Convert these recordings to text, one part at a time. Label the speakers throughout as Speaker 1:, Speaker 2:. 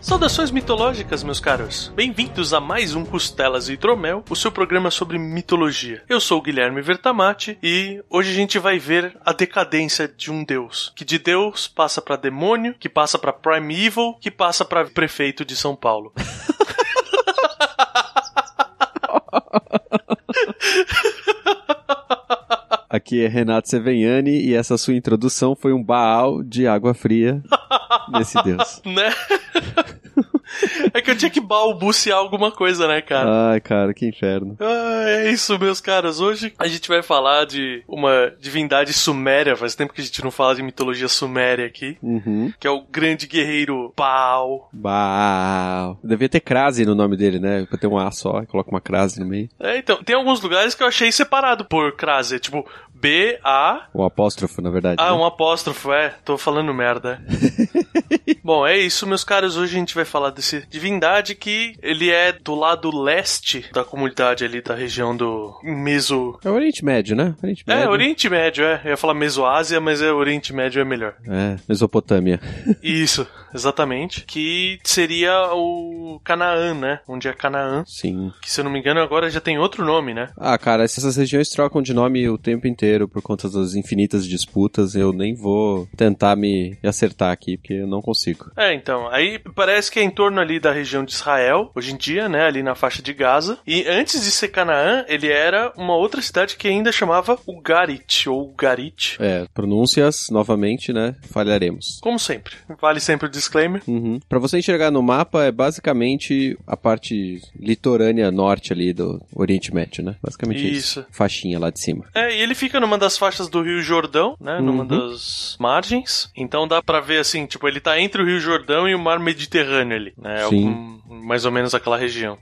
Speaker 1: Saudações mitológicas, meus caros. Bem-vindos a mais um Costelas e Hidromel, o seu programa sobre mitologia. Eu sou o Guilherme Vertamati e hoje a gente vai ver a decadência de um deus, que de deus passa pra demônio, que passa pra primeval, que passa pra prefeito de São Paulo.
Speaker 2: Aqui é Renato Seveniani e essa sua introdução foi um baal de água fria nesse deus.
Speaker 1: né? É que eu tinha que balbuciar alguma coisa, né, cara?
Speaker 2: Ai, cara, que inferno.
Speaker 1: Ah, é isso, meus caras. Hoje a gente vai falar de uma divindade suméria. Faz tempo que a gente não fala de mitologia suméria aqui.
Speaker 2: Uhum.
Speaker 1: Que é o grande guerreiro Baal.
Speaker 2: Baal. Devia ter crase no nome dele, né? Pra ter um A só, coloca uma crase no meio.
Speaker 1: É, então, tem alguns lugares que eu achei separado por crase. Tipo, B-A...
Speaker 2: Um apóstrofo, na verdade.
Speaker 1: Ah,
Speaker 2: né?
Speaker 1: um apóstrofo, é. Tô falando merda. Bom, é isso, meus caros. Hoje a gente vai falar desse divindade que ele é do lado leste da comunidade ali da região do Meso.
Speaker 2: É o Oriente Médio, né? Oriente Médio.
Speaker 1: É, Oriente Médio, é. Eu ia falar Mesoásia, mas é Oriente Médio é melhor.
Speaker 2: É, Mesopotâmia.
Speaker 1: Isso, exatamente. Que seria o Canaã, né? Onde é Canaã.
Speaker 2: Sim.
Speaker 1: Que se eu não me engano agora já tem outro nome, né?
Speaker 2: Ah, cara, essas regiões trocam de nome o tempo inteiro por conta das infinitas disputas. Eu nem vou tentar me me acertar aqui, porque eu não consigo.
Speaker 1: É, então, aí parece que é em torno ali da região de Israel, hoje em dia, né, ali na faixa de Gaza. E antes de ser Canaã, ele era uma outra cidade que ainda chamava Ugarit, ou Ugarit,
Speaker 2: É, pronúncias, novamente, né? Falharemos.
Speaker 1: como sempre. Vale sempre o disclaimer.
Speaker 2: Uhum. Para você enxergar no mapa, é basicamente a parte litorânea norte ali do Oriente Médio, né? Basicamente isso.
Speaker 1: Isso.
Speaker 2: Faixinha lá de cima.
Speaker 1: É, e ele fica numa das faixas do Rio Jordão, né, numa
Speaker 2: Uhum.
Speaker 1: das margens. Então dá pra ver assim, tipo, ele tá entre o Rio Jordão e o Mar Mediterrâneo ali, né?
Speaker 2: Sim.
Speaker 1: algum- mais ou menos aquela região.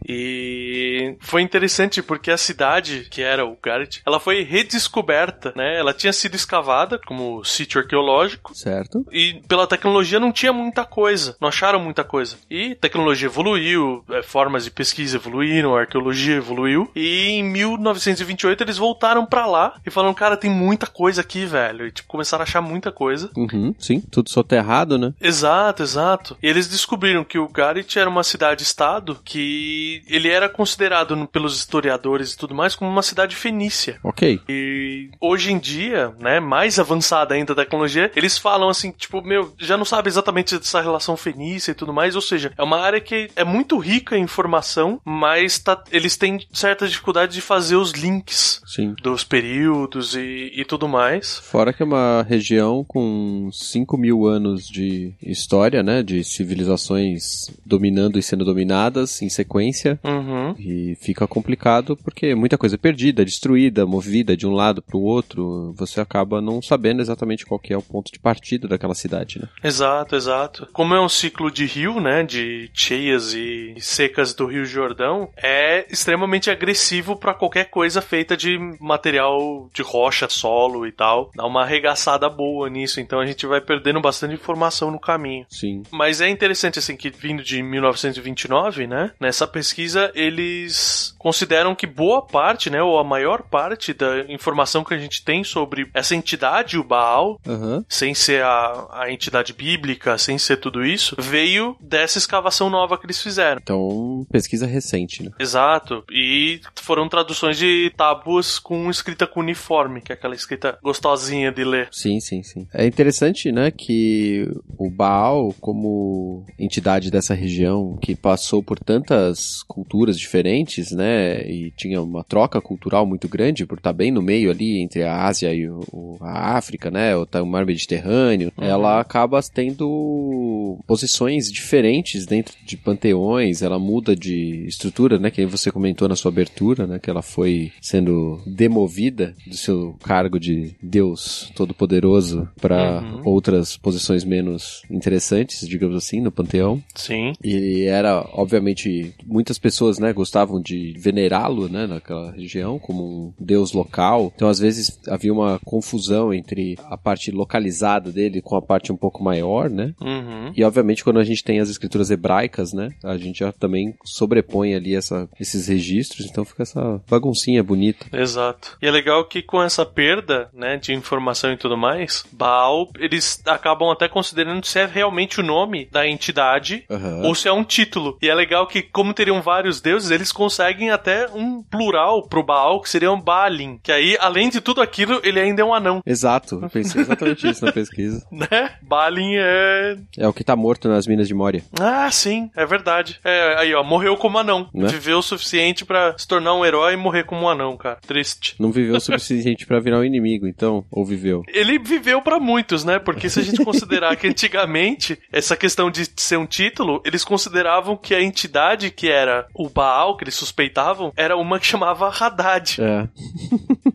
Speaker 1: E foi interessante porque a cidade, que era o Garrett, ela foi redescoberta, né? Ela tinha sido escavada como sítio arqueológico.
Speaker 2: Certo?
Speaker 1: E pela tecnologia não tinha muita coisa, não acharam muita coisa. E tecnologia evoluiu, eh, formas de pesquisa evoluíram, a arqueologia evoluiu. E em 1928 eles voltaram pra lá e falaram: Cara, tem muita coisa aqui, velho. E tipo, começaram a achar muita coisa.
Speaker 2: Uhum. Sim, tudo soterrado, né?
Speaker 1: Exato, exato. E eles descobriram que o Garrett era uma cidade-estado que ele era considerado no- pelos historiadores e tudo mais como uma cidade fenícia.
Speaker 2: Ok.
Speaker 1: E hoje em dia, né, mais avançada ainda a tecnologia, eles falam assim, tipo, meu, já não sabe exatamente dessa relação fenícia e tudo mais, ou seja, é uma área que é muito rica em informação, mas tá- eles têm certa dificuldade de fazer os links
Speaker 2: Sim.
Speaker 1: dos períodos e, e tudo mais.
Speaker 2: Fora que é uma região com 5 mil anos de história, né? De civilizações dominando e sendo dominadas em sequência.
Speaker 1: Uhum.
Speaker 2: E fica complicado porque muita coisa é perdida, destruída, movida de um lado para o outro. Você acaba não sabendo exatamente qual que é o ponto de partida daquela cidade, né?
Speaker 1: Exato, exato. Como é um ciclo de rio, né, de cheias e secas do Rio Jordão, é extremamente agressivo pra qualquer coisa feita de material de rocha, solo e tal. Dá uma arregaçada boa nisso, então a gente vai perdendo bastante informação no caminho.
Speaker 2: Sim.
Speaker 1: Mas é interessante assim que vindo de 1929, né? Nessa pesquisa eles consideram que boa parte, né, ou a maior parte da informação que a gente tem sobre essa entidade, o Baal,
Speaker 2: Aham.
Speaker 1: sem ser a, a entidade bíblica, sem ser tudo isso, veio dessa escavação nova que eles fizeram.
Speaker 2: Então, pesquisa recente, né?
Speaker 1: Exato. E foram traduções de tábuas com escrita cuneiforme, que é aquela escrita gostosinha de ler.
Speaker 2: Sim, sim, sim. É interessante, né, que o Baal, como entidade dessa região, que passou por tantas culturas diferentes, né, e tinha uma troca cultural muito grande, por estar bem no meio ali, entre a Ásia e o- o- a África, né, ou tá o mar Mediterrâneo,
Speaker 1: Uhum.
Speaker 2: ela acaba tendo como posições diferentes dentro de panteões, ela muda de estrutura, né? Que você comentou na sua abertura, né? Que ela foi sendo demovida do seu cargo de Deus Todo-Poderoso para
Speaker 1: Uhum.
Speaker 2: outras posições menos interessantes, digamos assim, no panteão.
Speaker 1: Sim.
Speaker 2: E era, obviamente, muitas pessoas, né, gostavam de venerá-lo, né, naquela região como um deus local. Então, às vezes, havia uma confusão entre a parte localizada dele com a parte um pouco maior, né?
Speaker 1: Uhum.
Speaker 2: E, obviamente, quando a gente tem as escrituras hebraicas, né, a gente já também sobrepõe ali essa, esses registros, então fica essa baguncinha bonita.
Speaker 1: Exato. E é legal que com essa perda, né, de informação e tudo mais, Baal, eles acabam até considerando se é realmente o nome da entidade
Speaker 2: Aham.
Speaker 1: ou se é um título. E é legal que, como teriam vários deuses, eles conseguem até um plural pro Baal, que seria um Baalim. Que aí, além de tudo aquilo, ele ainda é um anão,
Speaker 2: Exato, eu pensei exatamente isso na pesquisa.
Speaker 1: né? Baalim é...
Speaker 2: É o que tá morto nas minas de Moria.
Speaker 1: Ah, sim, é verdade. É, aí, ó, morreu como anão.
Speaker 2: Né?
Speaker 1: Viveu o suficiente pra se tornar um herói e morrer como um anão, cara. Triste.
Speaker 2: Não viveu o suficiente pra virar um inimigo, então, ou viveu.
Speaker 1: ele viveu pra muitos, né? Porque se a gente considerar que antigamente essa questão de ser um título, eles consideravam que a entidade que era o Baal, que eles suspeitavam, era uma que chamava Haddad.
Speaker 2: É.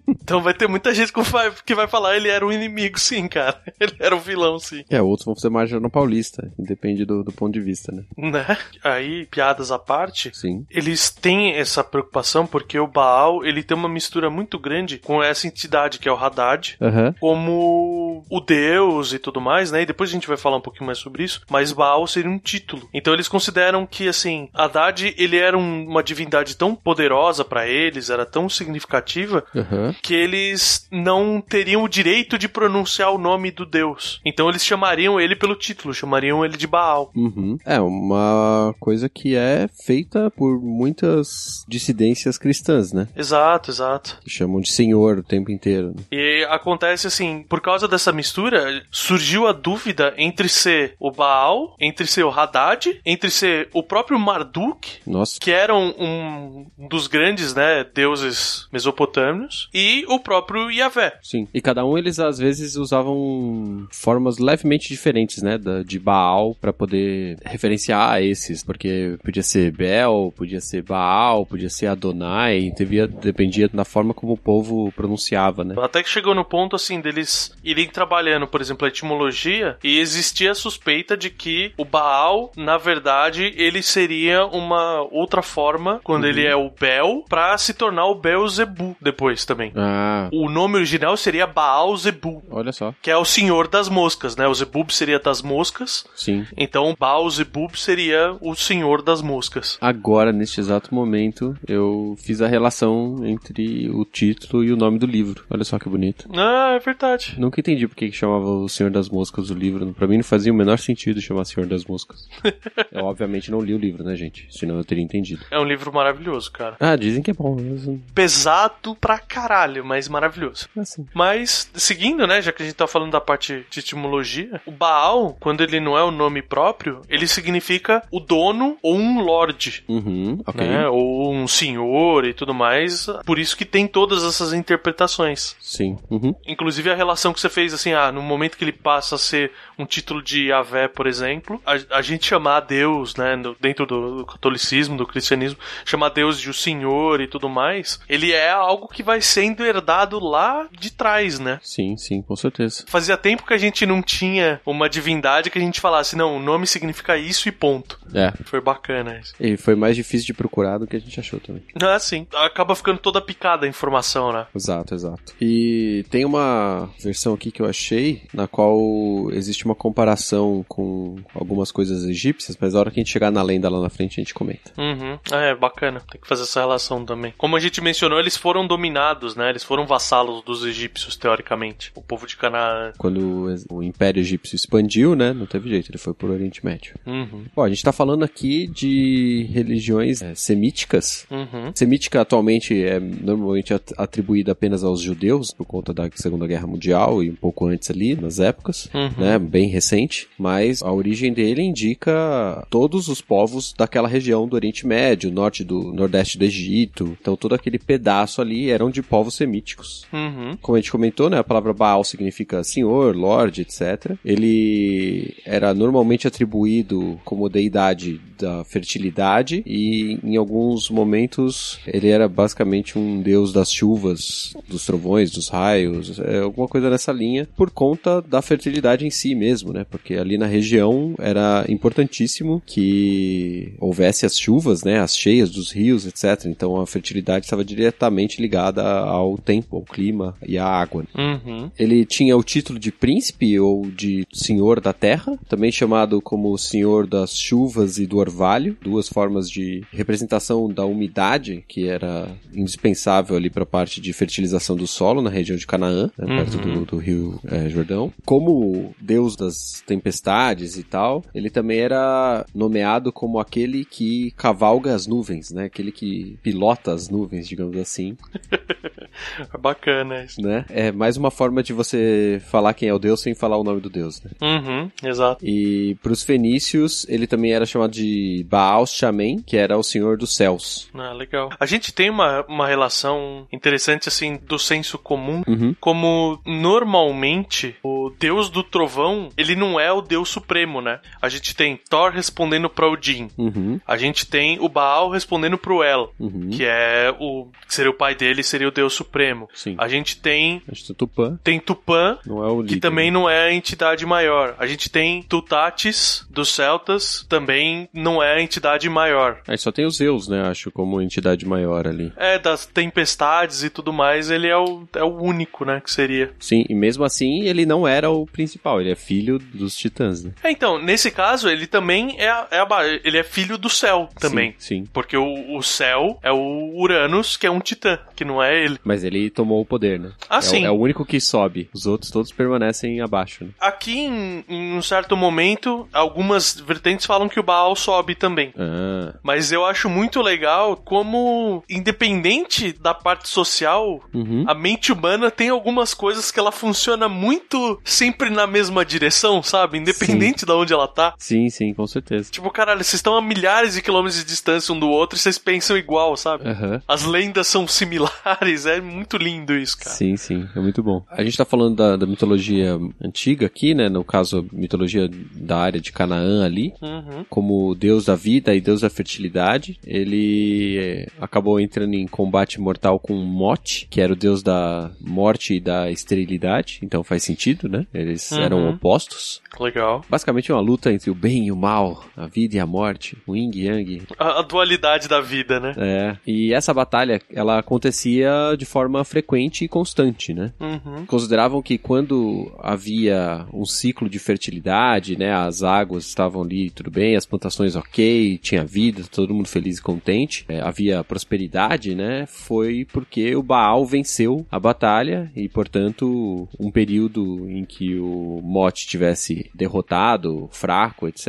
Speaker 1: Então vai ter muita gente que vai, que vai falar ele era um inimigo, sim, cara. Ele era um vilão, sim,
Speaker 2: É, outros vão fazer Marginal Paulista, independe do, do ponto de vista, né?
Speaker 1: né? Aí, piadas à parte,
Speaker 2: Sim.
Speaker 1: eles têm essa preocupação porque o Baal, ele tem uma mistura muito grande com essa entidade que é o Haddad,
Speaker 2: Aham.
Speaker 1: como o deus e tudo mais, né? E depois a gente vai falar um pouquinho mais sobre isso, mas Baal seria um título. Então eles consideram que assim, Haddad, ele era um- uma divindade tão poderosa pra eles, era tão significativa
Speaker 2: Aham.
Speaker 1: que eles não teriam o direito de pronunciar o nome do deus. Então eles chamariam ele pelo título, chamariam ele de Baal.
Speaker 2: Uhum. É uma coisa que é feita por muitas dissidências cristãs, né?
Speaker 1: Exato, exato.
Speaker 2: Que chamam de senhor o tempo inteiro. né?
Speaker 1: E acontece assim, por causa dessa mistura, surgiu a dúvida entre ser o Baal, entre ser o Haddad, entre ser o próprio Marduk,
Speaker 2: Nossa.
Speaker 1: que eram um, um dos grandes, né, deuses mesopotâmios, e o próprio Yahvé.
Speaker 2: Sim. E cada um eles às vezes usavam formas levemente diferentes, né, da, de Baal pra poder referenciar a esses, porque podia ser Bel, podia ser Baal, podia ser Adonai, devia, dependia da forma como o povo pronunciava, né?
Speaker 1: Até que chegou no ponto, assim, deles irem trabalhando, por exemplo, a etimologia, e existia a suspeita de que o Baal, na verdade, ele seria uma outra forma, quando ele é o Bel, pra se tornar o Belzebu depois também.
Speaker 2: Ah,
Speaker 1: O nome original seria Baal Zebu,
Speaker 2: olha só.
Speaker 1: que é o senhor das moscas, né? O Zebub seria das moscas,
Speaker 2: Sim.
Speaker 1: então Baal Zebub seria o senhor das moscas.
Speaker 2: Agora, neste exato momento, eu fiz a relação entre o título e o nome do livro. Olha só que bonito.
Speaker 1: Ah, é verdade.
Speaker 2: Nunca entendi por que que chamava o Senhor das Moscas o livro. Pra mim não fazia o menor sentido chamar Senhor das Moscas. eu obviamente não li o livro, né, gente? Senão eu teria entendido.
Speaker 1: É um livro maravilhoso, cara.
Speaker 2: Ah, dizem que é bom, mas hum,
Speaker 1: Pesado pra caralho, mas maravilhoso.
Speaker 2: assim.
Speaker 1: Mas, seguindo, né, já que a gente tá falando da parte de etimologia, o Baal, quando ele não é o nome próprio, ele significa o dono ou um lorde.
Speaker 2: Uhum, ok.
Speaker 1: Né, ou um senhor e tudo mais. Por isso que tem todas essas interpretações.
Speaker 2: Sim. Uhum.
Speaker 1: Inclusive a relação que você fez, assim, ah, no momento que ele passa a ser um título de Yahvé, por exemplo, a, a gente chamar Deus, né, no- dentro do, do catolicismo, do cristianismo, chamar Deus de o Senhor e tudo mais, ele é algo que vai sendo herdado lá de trás, né?
Speaker 2: Sim, sim, com certeza.
Speaker 1: Fazia tempo que a gente não tinha uma divindade que a gente falasse, não, o nome significa isso e ponto.
Speaker 2: É.
Speaker 1: Foi bacana isso.
Speaker 2: E foi mais difícil de procurar do que a gente achou também.
Speaker 1: Ah, sim. Acaba ficando toda picada a informação, né?
Speaker 2: Exato, exato. E tem uma versão aqui que eu achei, na qual existe uma comparação com algumas coisas egípcias, mas a hora que a gente chegar na lenda lá na frente, a gente comenta.
Speaker 1: Uhum. É, bacana. Tem que fazer essa relação também. Como a gente mencionou, eles foram dominados, né? Eles foram vassalos dos egípcios, teoricamente. O povo de Canaã.
Speaker 2: Quando o ex- o Império Egípcio expandiu, né? Não teve jeito, ele foi pro Oriente Médio.
Speaker 1: Uhum.
Speaker 2: Bom, a gente tá falando aqui de religiões eh, semíticas.
Speaker 1: Uhum.
Speaker 2: Semítica atualmente é normalmente at- atribuída apenas aos judeus, por conta da Segunda Guerra Mundial e um pouco antes ali, nas épocas.
Speaker 1: Uhum.
Speaker 2: né, bem recente, mas a origem dele indica todos os povos daquela região do Oriente Médio, norte do nordeste do Egito. Então todo aquele pedaço ali eram de povos semíticos.
Speaker 1: Uhum.
Speaker 2: Como a gente comentou, né, a palavra Baal significa senhor, lord, etc. Ele era normalmente atribuído como deidade da fertilidade e em alguns momentos ele era basicamente um deus das chuvas, dos trovões, dos raios, é, alguma coisa nessa linha, por conta da fertilidade em si mesmo, né? Porque ali na região era importantíssimo que houvesse as chuvas, né, as cheias dos rios, etc. Então a fertilidade estava diretamente ligada ao tempo, ao clima e à água.
Speaker 1: Uhum.
Speaker 2: Ele tinha o título de príncipe ou de senhor da terra, também chamado como senhor das chuvas e do orvalho, duas formas de representação da umidade que era indispensável ali para a parte de fertilização do solo na região de Canaã, né, perto
Speaker 1: Uhum.
Speaker 2: do, do rio eh, Jordão. Como deus das tempestades e tal, ele também era nomeado como aquele que cavalga as nuvens, né? Aquele que pilota as nuvens, digamos assim
Speaker 1: É Bacana isso.
Speaker 2: né? É mais uma forma de você falar quem é o deus sem falar o nome do deus, né?
Speaker 1: Uhum. Exato.
Speaker 2: E para os fenícios, ele também era chamado de Baal Shaman, que era o senhor dos céus.
Speaker 1: Ah, legal. A gente tem uma, uma relação interessante, assim, do senso comum
Speaker 2: Uhum.
Speaker 1: como normalmente o deus do trovão, ele não é o deus supremo, né? A gente tem Thor respondendo para Odin,
Speaker 2: Uhum.
Speaker 1: a gente tem o Baal respondendo pro El,
Speaker 2: Uhum.
Speaker 1: que é o que seria o pai dele, seria o deus supremo.
Speaker 2: Sim.
Speaker 1: A gente tem
Speaker 2: Acho que o Tupã
Speaker 1: tem Tupã,
Speaker 2: não é o líder.
Speaker 1: que também não é a entidade maior. A gente tem Tutatis dos celtas, também não é a entidade maior.
Speaker 2: Aí só tem os Zeus, né? Acho como entidade maior ali.
Speaker 1: É, das tempestades e tudo mais, ele é o, é o único, né, que seria.
Speaker 2: Sim, e mesmo assim ele não era o principal, ele é filho dos titãs, né?
Speaker 1: É, então, nesse caso, ele também é, a- é a ba- ele é filho do céu também.
Speaker 2: Sim, sim.
Speaker 1: Porque o, o céu é o Uranus, que é um titã, que não é ele.
Speaker 2: Mas ele tomou o poder, né?
Speaker 1: Ah,
Speaker 2: é, o-
Speaker 1: sim.
Speaker 2: é o único que sobe. Os outros todos permanecem abaixo, né?
Speaker 1: Aqui, em, em um certo momento, algumas vertentes falam que o Baal sobe também.
Speaker 2: Ah.
Speaker 1: Mas eu acho muito legal como, independente da parte social,
Speaker 2: Uhum.
Speaker 1: a mente humana tem algumas coisas que ela funciona muito sempre na mesma direção, sabe? Independente de onde ela tá.
Speaker 2: Sim, sim, com certeza.
Speaker 1: Tipo, caralho, vocês estão a milhares de quilômetros de distância um do outro e vocês pensam igual, sabe?
Speaker 2: Aham.
Speaker 1: As lendas são similares, é muito lindo isso, cara.
Speaker 2: Sim, sim, é muito bom. A gente tá falando da, da mitologia antiga aqui, né? No caso, mitologia da área de Canaã ali,
Speaker 1: Uhum.
Speaker 2: como deus da vida e deus da fertilidade. Ele eh, acabou entrando em combate mortal com Mote, que era o deus da morte e da esterilidade. Então faz sentido, né? Eles
Speaker 1: Uhum.
Speaker 2: eram opostos.
Speaker 1: Legal.
Speaker 2: Basicamente é uma luta entre o bem e o mal, a vida e a morte, o yin e yang,
Speaker 1: A, a dualidade da vida, né?
Speaker 2: é. E essa batalha, ela acontecia de forma frequente e constante, né?
Speaker 1: Uhum.
Speaker 2: consideravam que quando havia um ciclo de fertilidade, né, as águas estavam ali tudo bem, as plantações ok, tinha vida, todo mundo feliz e contente, é, havia prosperidade, né, foi porque o Baal venceu a batalha e, portanto, um período em que o Mote tivesse derrotado, fraco, etc,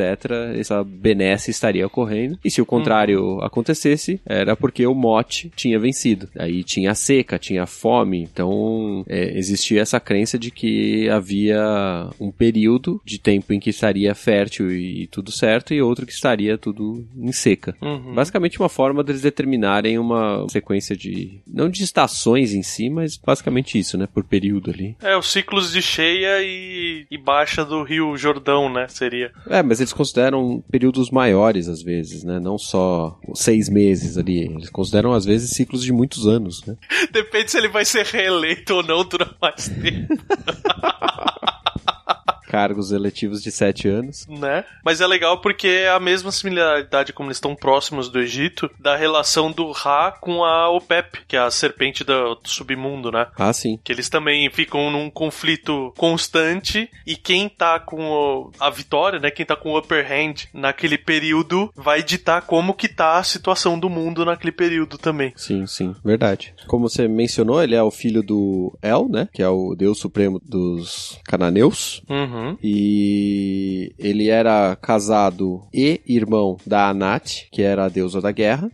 Speaker 2: essa benesse estaria ocorrendo. E se o contrário acontecesse, era porque o Mote tinha vencido. Aí tinha a seca, tinha a fome, então é, existia essa crença de que havia um período de tempo em que estaria fértil e tudo certo e outro que estaria tudo em seca.
Speaker 1: Uhum.
Speaker 2: Basicamente uma forma deles determinarem uma sequência de não de estações em si, mas basicamente isso, né, por período ali.
Speaker 1: É, os ciclos de cheia e, e baixa do Rio Jordão, né? Seria.
Speaker 2: É, mas eles consideram períodos maiores às vezes, né? Não só seis meses ali. Eles consideram às vezes ciclos de muitos anos, né?
Speaker 1: Depende se ele vai ser reeleito ou não, dura mais tempo,
Speaker 2: Cargos eletivos de sete anos.
Speaker 1: né? Mas é legal porque é a mesma similaridade, como eles estão próximos do Egito, da relação do Ra com a Opep, que é a serpente do- do submundo, né?
Speaker 2: Ah, sim.
Speaker 1: Que eles também ficam num conflito constante e quem tá com o- a vitória, né, quem tá com o upper hand naquele período vai ditar como que tá a situação do mundo naquele período também.
Speaker 2: Sim, sim, verdade. Como você mencionou, ele é o filho do El, né? Que é o deus supremo dos cananeus.
Speaker 1: Uhum.
Speaker 2: E ele era casado e irmão da Anat, que era a deusa da guerra.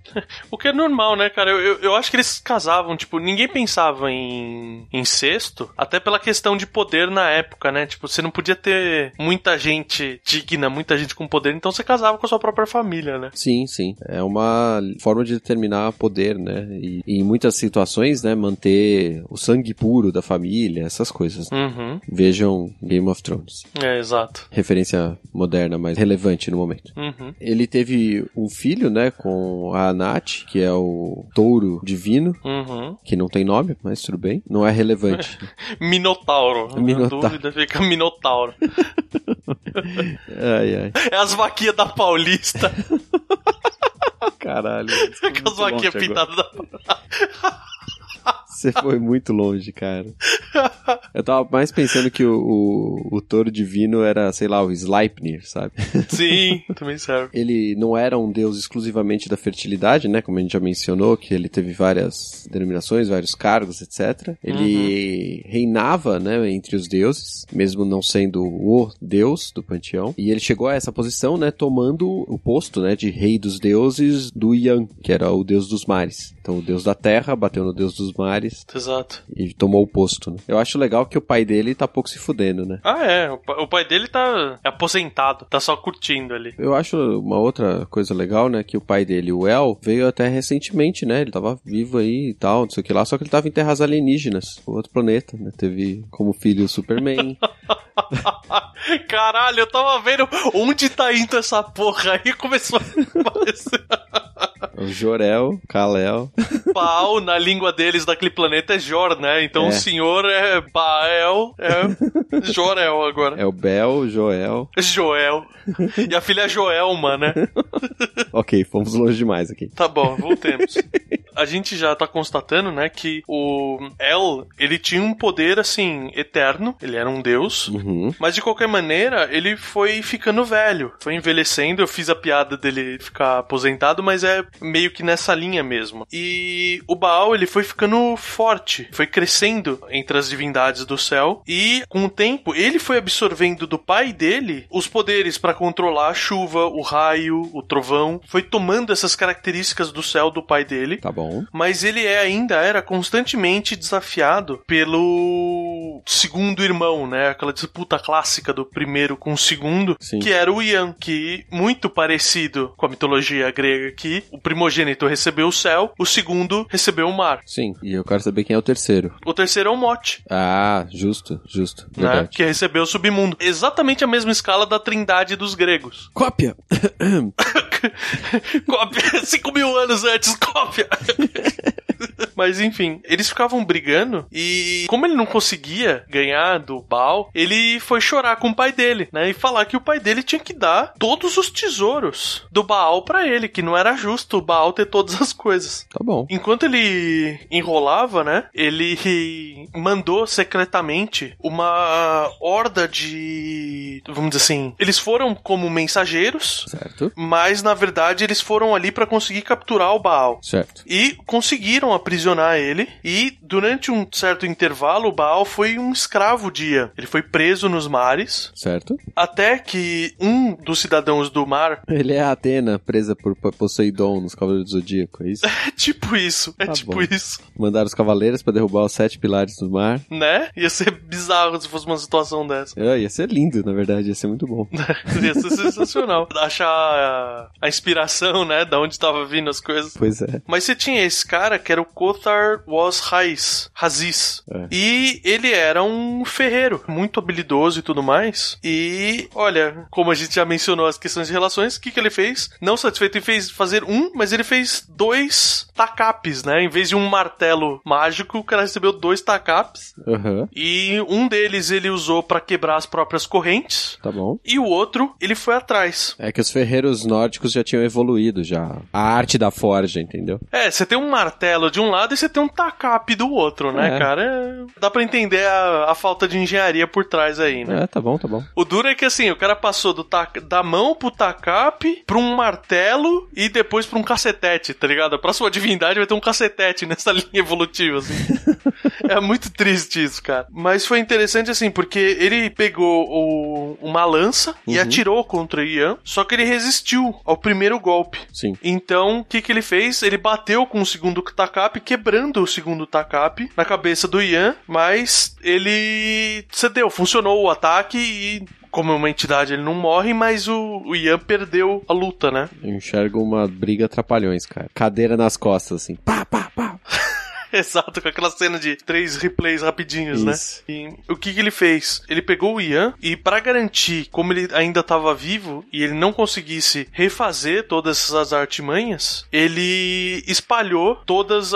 Speaker 1: O que é normal, né, cara? Eu, eu, eu acho que eles casavam, tipo, ninguém pensava em incesto, até pela questão de poder na época, né? Tipo, você não podia ter muita gente digna, muita gente com poder, então você casava com a sua própria família, né?
Speaker 2: Sim, sim. É uma forma de determinar poder, né? E, e em muitas situações, né, manter o sangue puro da família, essas coisas. né?
Speaker 1: Uhum.
Speaker 2: Vejam Game of Thrones.
Speaker 1: É, exato.
Speaker 2: Referência moderna, mas relevante no momento.
Speaker 1: Uhum.
Speaker 2: Ele teve um filho, né, com a Anat, que é o touro divino,
Speaker 1: Uhum.
Speaker 2: que não tem nome, mas tudo bem. Não é relevante.
Speaker 1: Minotauro.
Speaker 2: Minotauro.
Speaker 1: Na dúvida fica Minotauro.
Speaker 2: ai, ai.
Speaker 1: É as vaquinhas da Paulista.
Speaker 2: Caralho.
Speaker 1: com as vaquinhas pintadas da
Speaker 2: Você foi muito longe, cara. Eu tava mais pensando que o, o, o touro divino era, sei lá, o Sleipnir, sabe?
Speaker 1: Sim, também serve.
Speaker 2: Ele não era um deus exclusivamente da fertilidade, né? Como a gente já mencionou, que ele teve várias denominações, vários cargos, etc. Ele reinava, né, entre os deuses, mesmo não sendo o deus do panteão. E ele chegou a essa posição, né, tomando o posto, né, de rei dos deuses do Yan, que era o deus dos mares. Então, o deus da terra bateu no deus dos mares
Speaker 1: Exato.
Speaker 2: e tomou o posto. Né? Eu acho legal que o pai dele tá pouco se fudendo, né?
Speaker 1: Ah, é. O pa- o pai dele tá é aposentado, tá só curtindo ali.
Speaker 2: Eu acho uma outra coisa legal, né? Que o pai dele, o El, veio até recentemente, né? Ele tava vivo aí e tal, não sei o que lá. Só que ele tava em terras alienígenas, outro planeta, né? Teve como filho o Superman.
Speaker 1: Caralho, eu tava vendo onde tá indo essa porra aí. Começou a aparecer
Speaker 2: o Jorel, Kalel.
Speaker 1: pau na língua deles daquele planeta é Jor, né? Então
Speaker 2: É.
Speaker 1: o senhor é Bael, é Jorel agora.
Speaker 2: É o Bel, Joel.
Speaker 1: Joel. E a filha é Joelma, né?
Speaker 2: Ok, fomos longe demais aqui.
Speaker 1: Tá bom, voltemos. A gente já tá constatando, né, que o El, ele tinha um poder, assim, eterno. Ele era um deus.
Speaker 2: Uhum.
Speaker 1: Mas de qualquer maneira, ele foi ficando velho, foi envelhecendo. Eu fiz a piada dele ficar aposentado, mas é meio que nessa linha mesmo. E o Baal, ele foi ficando forte, foi crescendo entre as divindades do céu. E com o tempo, ele foi absorvendo do pai dele os poderes pra controlar a chuva, o raio, o trovão. Foi tomando essas características do céu do pai dele
Speaker 2: Tá bom.
Speaker 1: mas ele é, ainda era constantemente desafiado pelo segundo irmão, né? Aquela disputa clássica do primeiro com o segundo,
Speaker 2: Sim.
Speaker 1: que era o Ian, que muito parecido com a mitologia grega que o primogênito recebeu o céu, o segundo recebeu o mar.
Speaker 2: Sim. E eu quero saber quem é o terceiro.
Speaker 1: O terceiro é o Mote,
Speaker 2: Ah, justo, justo.
Speaker 1: né?
Speaker 2: Verdade.
Speaker 1: Que recebeu o submundo. Exatamente a mesma escala da trindade dos gregos.
Speaker 2: Cópia!
Speaker 1: Cópia, 5 mil anos antes, cópia. Mas enfim, eles ficavam brigando e como ele não conseguia ganhar do Baal, ele foi chorar com o pai dele, né? E falar que o pai dele tinha que dar todos os tesouros do Baal pra ele, que não era justo o Baal ter todas as coisas.
Speaker 2: Tá bom.
Speaker 1: Enquanto ele enrolava, né? Ele mandou secretamente uma horda de. Vamos dizer assim. Eles foram como mensageiros,
Speaker 2: Certo?
Speaker 1: mas na verdade eles foram ali pra conseguir capturar o Baal.
Speaker 2: Certo.
Speaker 1: E conseguiram aprisionar ele. E durante um certo intervalo, o Baal foi um escravo dia. Ele foi preso nos mares.
Speaker 2: Certo?
Speaker 1: Até que um dos cidadãos do mar.
Speaker 2: Ele é a Atena presa por Po- Poseidon nos Cavaleiros do Zodíaco, é isso?
Speaker 1: É tipo isso. É
Speaker 2: Tá
Speaker 1: tipo
Speaker 2: bom.
Speaker 1: isso.
Speaker 2: Mandaram os cavaleiros pra derrubar os sete pilares do mar.
Speaker 1: Né? Ia ser bizarro se fosse uma situação dessa.
Speaker 2: Ah, ia ser lindo, na verdade, ia ser muito bom.
Speaker 1: Ia ser sensacional. Achar a- a inspiração, né? Da onde tava vindo as coisas.
Speaker 2: Pois é.
Speaker 1: Mas você tinha esse cara que era o Kothar Was Raiz, Raziz.
Speaker 2: É.
Speaker 1: E ele era um ferreiro, muito habilidoso e tudo mais. E, olha, como a gente já mencionou as questões de relações, o que, que ele fez? Não satisfeito em fez fazer um, mas ele fez dois tacapes, né? Em vez de um martelo mágico, o cara recebeu dois tacapes.
Speaker 2: Aham,
Speaker 1: E um deles ele usou pra quebrar as próprias correntes.
Speaker 2: tá bom.
Speaker 1: E o outro, ele foi atrás.
Speaker 2: É que os ferreiros nórdicos já tinham evoluído já. A arte da forja, entendeu?
Speaker 1: É, você tem um martelo Cthulhu de um lado e você tem um Takap do outro, né,
Speaker 2: É.
Speaker 1: cara? É, Dá pra entender a, a falta de engenharia por trás aí, né?
Speaker 2: É, tá bom, tá bom.
Speaker 1: O duro é que assim, o cara passou do ta- da mão pro tacape, pra um martelo e depois pra um cacetete, tá ligado? A próxima divindade vai ter um cacetete nessa linha evolutiva, assim. é muito triste isso, cara. Mas foi interessante assim, porque ele pegou o- uma lança e
Speaker 2: Uhum.
Speaker 1: atirou contra o Ian, só que ele resistiu ao primeiro golpe.
Speaker 2: Sim.
Speaker 1: Então, o que, que ele fez? Ele bateu com o segundo tacape, quebrando o segundo tacape na cabeça do Ian, mas ele cedeu, funcionou o ataque e. Como é uma entidade, ele não morre, mas o, o Ian perdeu a luta, né?
Speaker 2: Eu enxergo uma briga atrapalhões, cara. Cadeira nas costas, assim. Pá, pá, pá.
Speaker 1: Exato, com aquela cena de três replays rapidinhos, né?
Speaker 2: Isso.
Speaker 1: E o que, que ele fez? Ele pegou o Ian e, pra garantir, como ele ainda estava vivo e ele não conseguisse refazer todas essas artimanhas, ele espalhou todos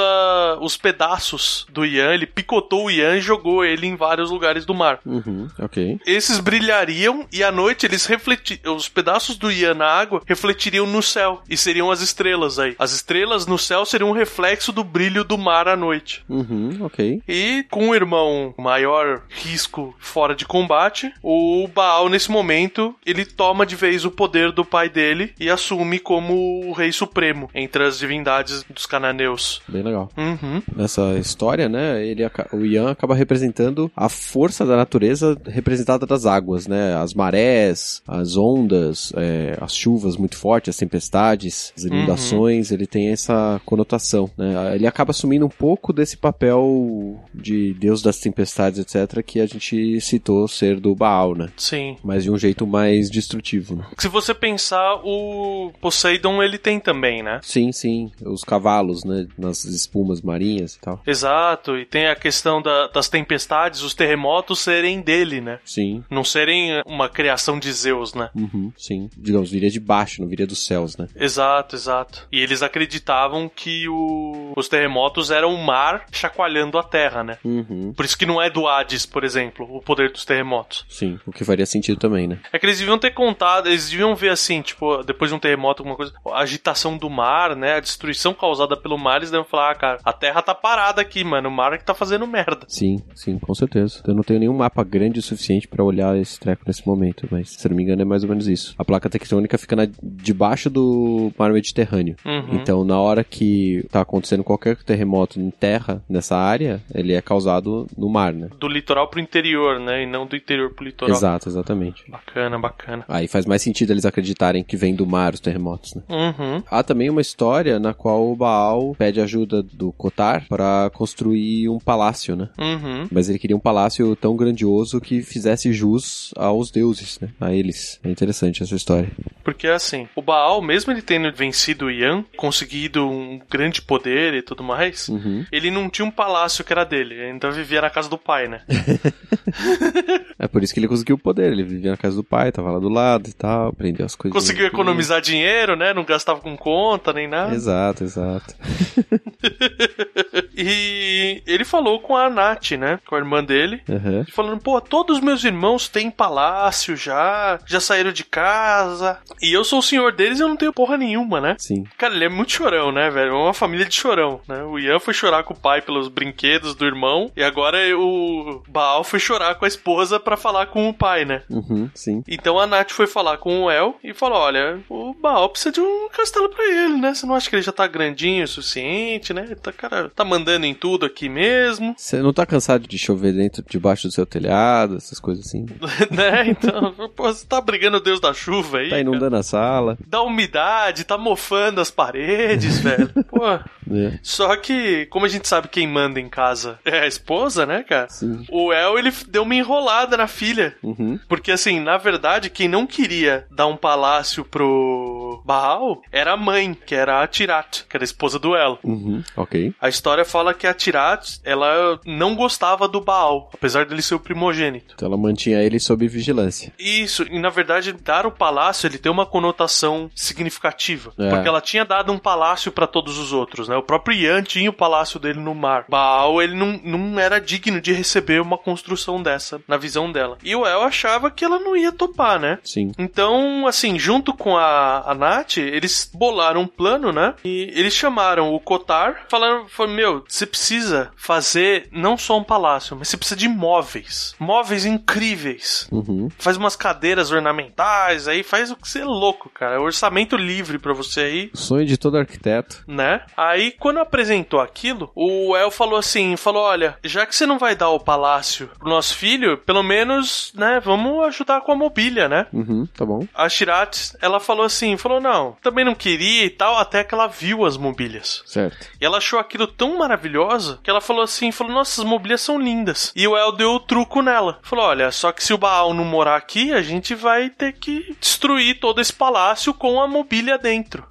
Speaker 1: os pedaços do Ian, ele picotou o Ian e jogou ele em vários lugares do mar.
Speaker 2: Uhum, ok.
Speaker 1: Esses brilhariam e à noite eles refletiriam. Os pedaços do Ian na água refletiriam no céu e seriam as estrelas aí. As estrelas no céu seriam um reflexo do brilho do mar à noite.
Speaker 2: Uhum, ok.
Speaker 1: E com o irmão maior risco fora de combate, o Baal nesse momento ele toma de vez o poder do pai dele e assume como o rei supremo entre as divindades dos cananeus.
Speaker 2: Bem legal.
Speaker 1: Uhum.
Speaker 2: Nessa história, né? Ele, aca- o Ian acaba representando a força da natureza representada das águas, né? As marés, as ondas, é, as chuvas muito fortes, as tempestades, as inundações. Ele tem essa conotação, né? Ele acaba assumindo um pouco desse papel de deus das tempestades, etc., que a gente citou ser do Baal, né?
Speaker 1: Sim.
Speaker 2: Mas de um jeito mais destrutivo. né?
Speaker 1: Se você pensar, o Poseidon ele tem também, né?
Speaker 2: Sim, sim. Os cavalos, né? Nas espumas marinhas e tal.
Speaker 1: Exato, e tem a questão da- das tempestades, os terremotos serem dele, né?
Speaker 2: Sim.
Speaker 1: Não serem uma criação de Zeus, né?
Speaker 2: Uhum, sim. Digamos, viria de baixo, não viria dos céus, né?
Speaker 1: Exato, exato. E eles acreditavam que o- os terremotos eram o mar chacoalhando a terra, né?
Speaker 2: Uhum.
Speaker 1: Por isso que não é do Hades, por exemplo, o poder dos terremotos.
Speaker 2: Sim, o que faria sentido também, né?
Speaker 1: É que eles deviam ter contado, eles deviam ver assim, tipo, depois de um terremoto, alguma coisa, a agitação do mar, né? A destruição causada pelo mar, eles deviam falar, ah, cara, a terra tá parada aqui, mano, o mar é que tá fazendo merda.
Speaker 2: Sim, sim, com certeza. Eu não tenho nenhum mapa grande o suficiente pra olhar esse treco nesse momento, mas se não me engano é mais ou menos isso. A placa tectônica fica na- debaixo do mar Mediterrâneo.
Speaker 1: Uhum.
Speaker 2: Então, na hora que tá acontecendo qualquer terremoto em terra, nessa área, ele é causado no mar, né?
Speaker 1: Do litoral pro interior, né? E não do interior pro litoral.
Speaker 2: Exato, exatamente.
Speaker 1: Bacana, bacana.
Speaker 2: Aí faz mais sentido eles acreditarem que vem do mar os terremotos, né?
Speaker 1: Uhum.
Speaker 2: Há também uma história na qual o Baal pede ajuda do Kotar pra construir um palácio, né?
Speaker 1: Uhum.
Speaker 2: Mas ele queria um palácio tão grandioso que fizesse jus aos deuses, né? A eles. É interessante essa história.
Speaker 1: Porque assim, o Baal, mesmo ele tendo vencido o Ian, conseguido um grande poder e tudo mais,
Speaker 2: Uhum.
Speaker 1: ele não tinha um palácio que era dele, ele ainda vivia na casa do pai, né?
Speaker 2: É por isso que ele conseguiu o poder. Ele vivia na casa do pai, tava lá do lado e tal, aprendeu as coisas.
Speaker 1: Conseguiu economizar dinheiro, né? Não gastava com conta nem nada.
Speaker 2: Exato, exato.
Speaker 1: E ele falou com a Nath, né? Com a irmã dele.
Speaker 2: Aham.
Speaker 1: Falando, pô, todos os meus irmãos têm palácio já, já saíram de casa. E eu sou o senhor deles e eu não tenho porra nenhuma, né?
Speaker 2: Sim.
Speaker 1: Cara, ele é muito chorão, né, velho? É uma família de chorão, né? O Ian foi chorar com o pai pelos brinquedos do irmão, e agora o Baal foi chorar com a esposa pra falar com o pai, né?
Speaker 2: Uhum, sim.
Speaker 1: Então a Nath foi falar com o El e falou: Olha, o Baal precisa de um castelo pra ele, né? Você não acha que ele já tá grandinho o suficiente, né? Ele Tá, cara, tá mandando em tudo aqui mesmo,
Speaker 2: Você não tá cansado de chover dentro, debaixo do seu telhado, essas coisas assim?
Speaker 1: né? Então, pô, você tá brigando o deus da chuva aí.
Speaker 2: Tá
Speaker 1: cara.
Speaker 2: inundando a sala,
Speaker 1: Da umidade, tá mofando as paredes, velho. Pô.
Speaker 2: né?
Speaker 1: Só que, como a gente sabe quem manda em casa é a esposa, né, cara?
Speaker 2: Sim.
Speaker 1: O El, ele deu uma enrolada na filha.
Speaker 2: Uhum.
Speaker 1: Porque, assim, na verdade, quem não queria dar um palácio pro Baal era a mãe, que era a Tirat, que era a esposa do El.
Speaker 2: Uhum. Ok.
Speaker 1: A história fala que a Tirat, ela não gostava do Baal, apesar dele ser o primogênito.
Speaker 2: Então ela mantinha ele sob vigilância.
Speaker 1: Isso, e na verdade, dar o palácio ele tem uma conotação significativa.
Speaker 2: É.
Speaker 1: Porque ela tinha dado um palácio pra todos os outros, né? O próprio Ian tinha o palácio dele no mar. Baal, ele não, não era digno de receber uma construção dessa, na visão dela. E o El achava que ela não ia topar, né?
Speaker 2: Sim.
Speaker 1: Então, assim, junto com a, a Nath, eles bolaram um plano, né? E eles chamaram o Kotar, falaram, falaram, meu, você precisa fazer não só um palácio, mas você precisa de móveis. Móveis incríveis.
Speaker 2: Uhum.
Speaker 1: Faz umas cadeiras ornamentais aí, faz o que você é louco, cara. É Orçamento livre pra você aí
Speaker 2: Sonho de todo arquiteto.
Speaker 1: né? Aí, quando apresentou aquilo, o El falou assim: falou, olha, já que você não vai dar o palácio pro nosso filho, pelo menos, né, vamos ajudar com a mobília, né?
Speaker 2: Uhum, tá bom.
Speaker 1: A Shirat, ela falou assim, falou não, também não queria e tal, até que ela viu as mobílias.
Speaker 2: Certo.
Speaker 1: E ela achou aquilo tão maravilhoso que ela falou assim, falou, nossa, as mobílias são lindas. E o El deu o truco nela. Falou, olha, só que se o Baal não morar aqui, a gente vai ter que destruir todo esse palácio com a mobília dentro.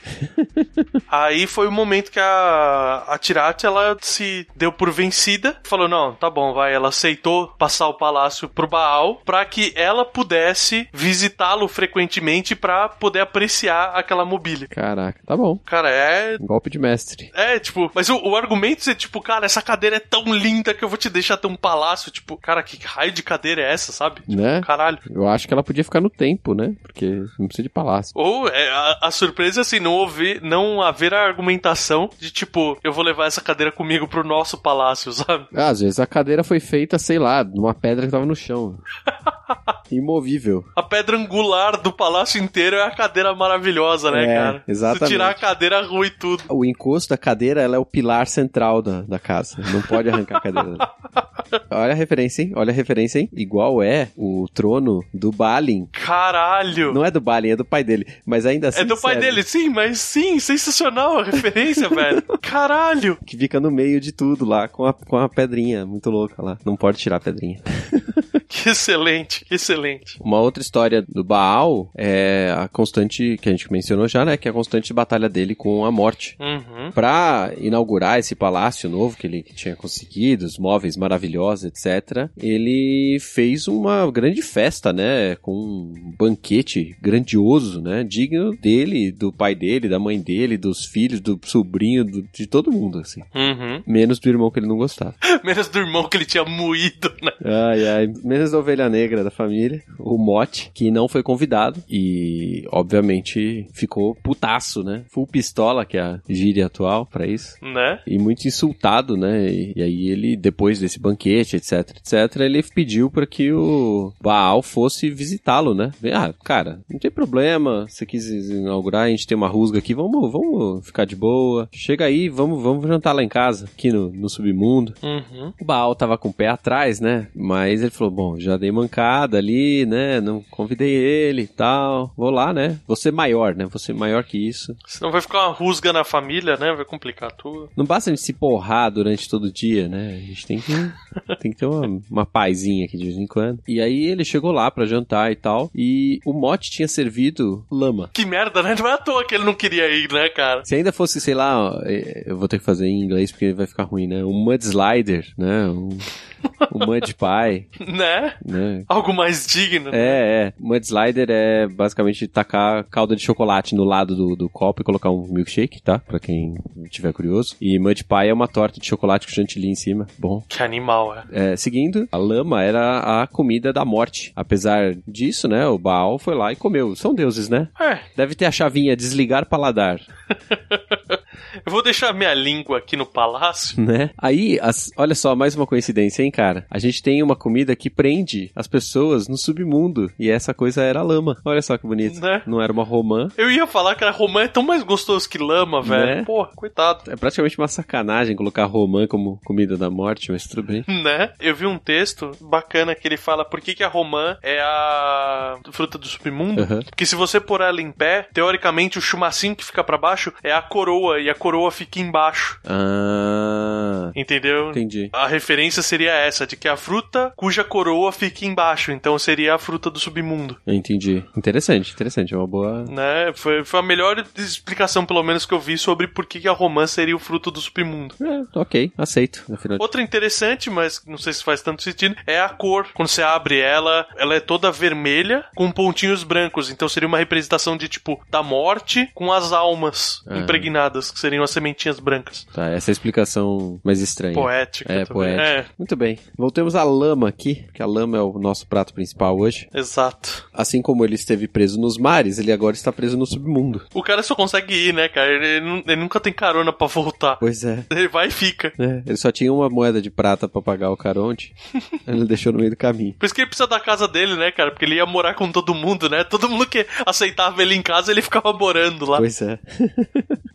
Speaker 1: Aí foi o momento que a, a Tirate, ela se deu por vencida. Falou, não, tá bom, vai. Ela aceitou passar o palácio pro Baal pra que ela pudesse visitá-lo frequentemente pra poder apreciar aquela mobília.
Speaker 2: Caraca, tá bom.
Speaker 1: Cara, é...
Speaker 2: Um golpe de mestre.
Speaker 1: É, tipo, mas o, o argumento é tipo, cara, essa cadeira é tão linda que eu vou te deixar ter um palácio. Tipo, cara, que raio de cadeira é essa, sabe? Tipo,
Speaker 2: Né?
Speaker 1: Caralho.
Speaker 2: Eu acho que ela podia ficar no tempo, né? Porque não precisa de palácio.
Speaker 1: Ou é, a, a surpresa é assim, não, houve, não haver a argumentação de tipo, eu vou levar essa cadeira comigo pro nosso palácio, sabe?
Speaker 2: Ah, às vezes a cadeira foi feita, sei lá, numa pedra que tava no chão. Imovível.
Speaker 1: A pedra angular do palácio inteiro é a cadeira maravilhosa, né,
Speaker 2: É,
Speaker 1: cara?
Speaker 2: exatamente.
Speaker 1: Se tirar a cadeira, ruim tudo.
Speaker 2: O encosto da cadeira, ela é o pilar central da, da casa. Não pode arrancar a cadeira. né? Olha a referência, hein? Olha a referência, hein? Igual é o trono do Balin.
Speaker 1: Caralho!
Speaker 2: Não é do Balin, é do pai dele. Mas ainda assim.
Speaker 1: é do pai
Speaker 2: serve,
Speaker 1: dele, sim, mas sim, sensacional a referência, velho. Caralho!
Speaker 2: Que fica no meio de tudo lá, com a, com a pedrinha. Muito louca lá. Não pode tirar a pedrinha.
Speaker 1: Que excelente, que excelente.
Speaker 2: Uma outra história do Baal é a constante, que a gente mencionou já, né? Que é a constante batalha dele com a morte.
Speaker 1: Uhum.
Speaker 2: Pra inaugurar esse palácio novo que ele tinha conseguido, os móveis maravilhosos, etc., ele fez uma grande festa, né? Com um banquete grandioso, né? Digno dele, do pai dele, da mãe dele, dos filhos, do sobrinho, do- de todo mundo, assim.
Speaker 1: Uhum.
Speaker 2: Menos do irmão que ele não gostava.
Speaker 1: Menos do irmão que ele tinha moído, né?
Speaker 2: Ai, ai. Menos da ovelha negra da família, o Mote, que não foi convidado. E, obviamente, ficou putaço, né? Full pistola, que é a gíria atual pra isso.
Speaker 1: Né?
Speaker 2: E muito insultado, né? E, e aí ele, depois desse banquete, etc, etc, ele pediu pra que o Baal fosse visitá-lo, né? Vem, Ah, cara, não tem problema, você quis inaugurar, a gente tem uma rusga aqui, vamos, vamos ficar de boa. Chega aí, vamos, vamos jantar lá em casa, aqui no, no submundo.
Speaker 1: Uhum.
Speaker 2: O Baal tava com o pé atrás, né? Mas ele falou: Bom, já dei mancada ali, né? Não convidei ele e tal. Vou lá, né? Você maior, né? Você maior que isso.
Speaker 1: Senão vai ficar uma rusga na família, né? Vai complicar tudo.
Speaker 2: Não basta a gente se porrar durante todo o dia, né? A gente tem que, tem que ter uma, uma pazinha aqui de vez em quando. E aí ele chegou lá pra jantar e tal. E o mote tinha servido lama.
Speaker 1: Que merda, né? Não é à toa que ele não queria ir, né, cara?
Speaker 2: Se ainda fosse, sei lá, ó, eh, eu vou ter que fazer em inglês porque vai ficar ruim, né? Um mudslider, né? Um, um mud pie,
Speaker 1: Né?
Speaker 2: né?
Speaker 1: Algo mais digno.
Speaker 2: É, é. Mudslider é basicamente tacar calda de chocolate no lado do, do copo e colocar um milkshake, tá? Pra quem tiver curioso. E mud pie é uma torta de chocolate com chantilly em cima. Bom.
Speaker 1: Que animal, é.
Speaker 2: É, seguindo, a lama era a comida da morte. Apesar disso, né? O Baal foi lá e comeu. São deuses, né?
Speaker 1: É,
Speaker 2: Deve ter a chavinha desligar paladar,
Speaker 1: eu vou deixar minha língua aqui no palácio.
Speaker 2: né? Aí, as- olha só, mais uma coincidência, hein, cara? A gente tem uma comida que prende as pessoas no submundo. E essa coisa era a lama. Olha só que bonito.
Speaker 1: Né?
Speaker 2: Não era uma romã,
Speaker 1: Eu ia falar que era romã é tão mais gostoso que lama, velho.
Speaker 2: Né?
Speaker 1: Porra, coitado.
Speaker 2: É praticamente uma sacanagem colocar romã como comida da morte, mas tudo bem.
Speaker 1: Né? Eu vi um texto bacana que ele fala por que, que a romã é a fruta do submundo.
Speaker 2: Aham.
Speaker 1: Porque se você pôr ela em pé, teoricamente o chumacinho que fica pra baixo é a coroa e a coroa fica embaixo.
Speaker 2: Ah,
Speaker 1: Entendeu?
Speaker 2: entendi.
Speaker 1: A referência seria essa, de que a fruta cuja coroa fica embaixo, então seria a fruta do submundo,
Speaker 2: Entendi. Interessante, interessante. É uma boa.
Speaker 1: né? Foi, foi a melhor explicação, pelo menos, que eu vi sobre por que que a romã seria o fruto do submundo.
Speaker 2: É, ok, aceito. Afinal de...
Speaker 1: Outra interessante, mas não sei se faz tanto sentido, é a cor. Quando você abre ela, ela é toda vermelha com pontinhos brancos, então seria uma representação de tipo da morte com as almas
Speaker 2: Ah.
Speaker 1: impregnadas que seriam as sementinhas brancas.
Speaker 2: Tá, essa é a explicação mais estranha.
Speaker 1: Poética
Speaker 2: É,
Speaker 1: também.
Speaker 2: poética. Muito bem. Voltemos à lama aqui, que a lama é o nosso prato principal hoje.
Speaker 1: É, exato.
Speaker 2: Assim como ele esteve preso nos mares, ele agora está preso no submundo.
Speaker 1: O cara só consegue ir, né, cara? Ele, ele nu- ele nunca tem carona pra voltar.
Speaker 2: Pois é.
Speaker 1: Ele vai e fica.
Speaker 2: É, ele só tinha uma moeda de prata pra pagar o Caronte. ele deixou no meio do caminho.
Speaker 1: Por isso que ele precisa da casa dele, né, cara? Porque ele ia morar com todo mundo, né? Todo mundo que aceitava ele em casa, ele ficava morando lá.
Speaker 2: Pois é.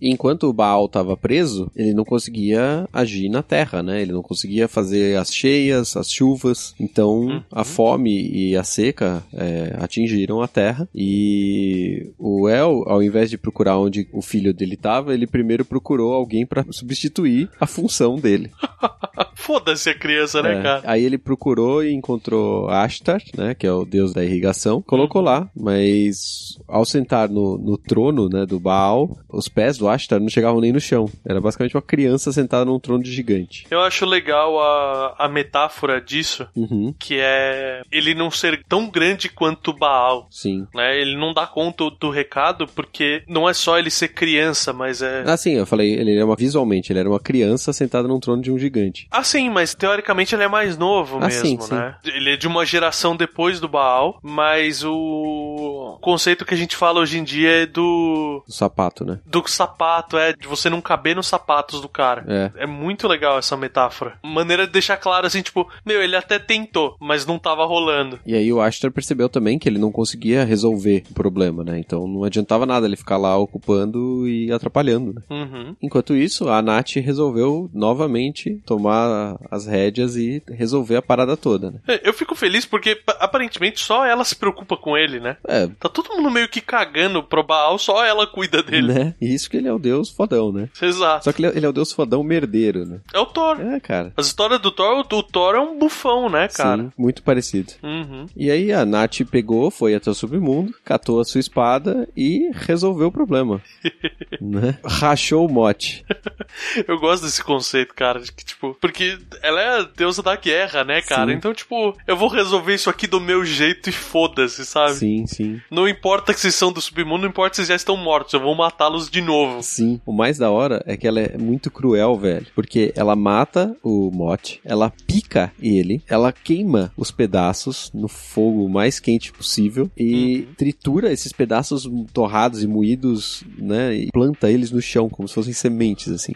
Speaker 2: Enquanto o Baal estava preso, ele não conseguia agir na terra, né? Ele não conseguia fazer as cheias, as chuvas. Então, a fome e a seca é, atingiram a terra. E o El, ao invés de procurar onde o filho dele estava, ele primeiro procurou alguém para substituir a função dele.
Speaker 1: Foda-se a criança, né,
Speaker 2: É.
Speaker 1: cara?
Speaker 2: Aí ele procurou e encontrou Ashtar, né, que é o deus da irrigação, colocou lá, mas ao sentar no, no trono, né, do Baal, os pés do Ashtar não chegavam nem no chão. Era basicamente uma criança sentada num trono de gigante.
Speaker 1: Eu acho legal a, a metáfora disso,
Speaker 2: Uhum,
Speaker 1: que é ele não ser tão grande quanto Baal.
Speaker 2: sim.
Speaker 1: Né? Ele não dá conta do recado, porque não é só ele ser criança, mas é.
Speaker 2: Ah, sim, eu falei, ele era uma, visualmente, ele era uma criança sentada num trono de um gigante.
Speaker 1: Ah, sim, mas teoricamente ele é mais novo
Speaker 2: Ah,
Speaker 1: mesmo,
Speaker 2: sim, sim.
Speaker 1: né? Ele é de uma geração depois do Baal, mas o conceito que a gente fala hoje em dia é do
Speaker 2: O sapato, né?
Speaker 1: do sapato, é, de você não caber nos sapatos do cara.
Speaker 2: É.
Speaker 1: É muito legal essa metáfora. Maneira de deixar claro assim, tipo, meu, ele até tentou, mas não tava rolando.
Speaker 2: E aí o Ashtar percebeu também que ele não conseguia resolver o problema, né? Então não adiantava nada ele ficar lá ocupando e atrapalhando, né?
Speaker 1: Uhum.
Speaker 2: Enquanto isso, a Nath resolveu novamente tomar as rédeas e resolver a parada toda, né?
Speaker 1: É, Eu fico feliz porque pa- aparentemente só ela se preocupa com ele, né?
Speaker 2: É,
Speaker 1: Tá todo mundo meio que cagando pro Baal, só ela cuida dele.
Speaker 2: né? E isso que ele é o deus fodão, né?
Speaker 1: Exato.
Speaker 2: Só que ele é- ele é o deus fodão merdeiro, né?
Speaker 1: É o Thor.
Speaker 2: É, cara.
Speaker 1: As histórias do Thor, o- o Thor é um bufão, né, cara?
Speaker 2: Sim, muito parecido.
Speaker 1: Uhum.
Speaker 2: E aí a Nath pegou, foi até o submundo, catou a sua espada e resolveu o problema. né? Rachou o mote.
Speaker 1: Eu gosto desse conceito, cara, de que, tipo, porque ela é a deusa da guerra, né, cara?
Speaker 2: Sim.
Speaker 1: Então, tipo, eu vou resolver isso aqui do meu jeito e foda-se, sabe?
Speaker 2: Sim, sim.
Speaker 1: Não importa que vocês são do submundo, não importa se vocês já estão mortos, eu vou matá-los de novo.
Speaker 2: Sim. O mais da hora é que ela é muito cruel, velho. Porque ela mata o Mote, ela pica ele, ela queima os pedaços no fogo mais quente possível e tritura esses pedaços torrados e moídos, né? E planta eles no chão, como se fossem sementes, assim.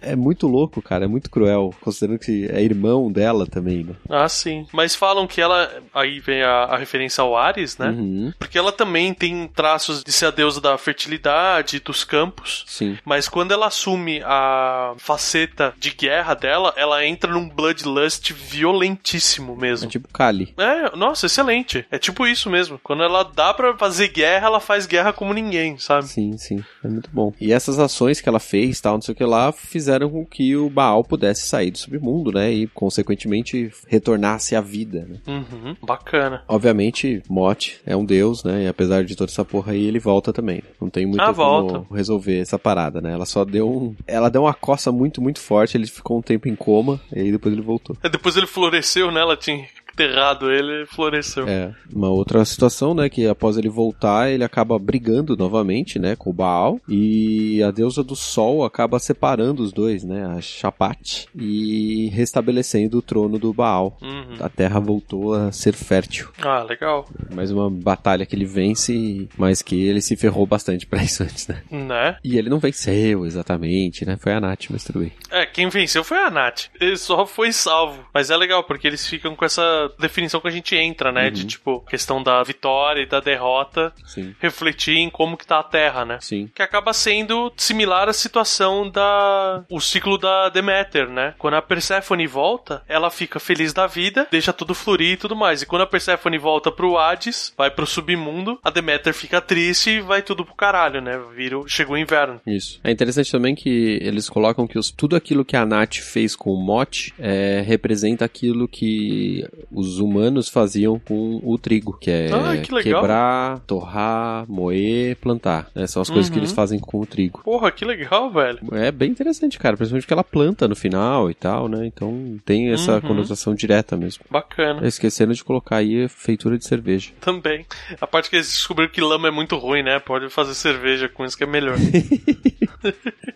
Speaker 2: é muito louco, cara. É muito cruel. Considerando que é irmão dela também, né?
Speaker 1: Ah, sim. Mas falam que ela. Aí vem a, a referência ao Ares, né?
Speaker 2: Uhum.
Speaker 1: Porque ela também tem traços de ser a deusa da fertilidade, dos campos.
Speaker 2: Sim.
Speaker 1: Mas quando ela assume a faceta de guerra dela, ela entra num bloodlust violentíssimo
Speaker 2: É
Speaker 1: mesmo.
Speaker 2: tipo Kali.
Speaker 1: É, nossa, excelente. É tipo isso mesmo. Quando ela dá pra fazer guerra, ela faz guerra como ninguém, sabe?
Speaker 2: Sim, sim, é muito bom. E essas ações que ela fez, tal, não sei o que lá, fizeram com que o Baal pudesse sair do submundo, né? E, consequentemente, retornasse à vida, né?
Speaker 1: Uhum, bacana.
Speaker 2: Obviamente, Mote é um deus, né? E apesar de toda essa porra aí, ele volta também. Não tem muito
Speaker 1: Ah,
Speaker 2: como
Speaker 1: volta.
Speaker 2: resolver essa parada, né? Ela só deu um... Ela deu uma coça muito, muito forte, ele ficou um tempo em coma, e aí depois ele voltou.
Speaker 1: É, Depois ele floresceu, né? Ela tinha enterrado ele e floresceu.
Speaker 2: É, uma outra situação, né, que após ele voltar, ele acaba brigando novamente, né, com o Baal, e a deusa do sol acaba separando os dois, né, a Chapat, e restabelecendo o trono do Baal.
Speaker 1: Uhum.
Speaker 2: A terra voltou a ser fértil.
Speaker 1: Ah, legal.
Speaker 2: Mais uma batalha que ele vence, mas que ele se ferrou bastante pra isso antes, né?
Speaker 1: Né?
Speaker 2: E ele não venceu exatamente, né? Foi a Nath, mas tudo bem.
Speaker 1: É, quem venceu foi a Nath. Ele só foi salvo. Mas é legal, porque eles ficam com essa definição que a gente entra, né? De tipo, questão da vitória e da derrota,
Speaker 2: Sim.
Speaker 1: refletir em como que tá a Terra, né?
Speaker 2: Sim.
Speaker 1: que acaba sendo similar à situação da o ciclo da Deméter, né? Quando a Perséfone volta, ela fica feliz da vida, deixa tudo florir e tudo mais. E quando a Perséfone volta pro Hades, vai pro submundo, a Deméter fica triste e vai tudo pro caralho, né? Vira, o- chega o inverno.
Speaker 2: Isso. É interessante também que eles colocam que os- tudo aquilo que a Nath fez com o mote é, representa aquilo que os humanos faziam com o trigo, que é
Speaker 1: Ai, Ah, que legal.
Speaker 2: quebrar, torrar, moer, plantar. Né? São as coisas que
Speaker 1: Uhum.
Speaker 2: eles fazem com o trigo.
Speaker 1: Porra, que legal, velho.
Speaker 2: É bem interessante, cara, principalmente porque ela planta no final e tal, né? Então tem essa
Speaker 1: Uhum.
Speaker 2: conotação direta mesmo.
Speaker 1: Bacana.
Speaker 2: Esquecendo de colocar aí a feitura de cerveja.
Speaker 1: Também. A parte que eles descobriram que lama é muito ruim, né? Pode fazer cerveja com isso que é melhor.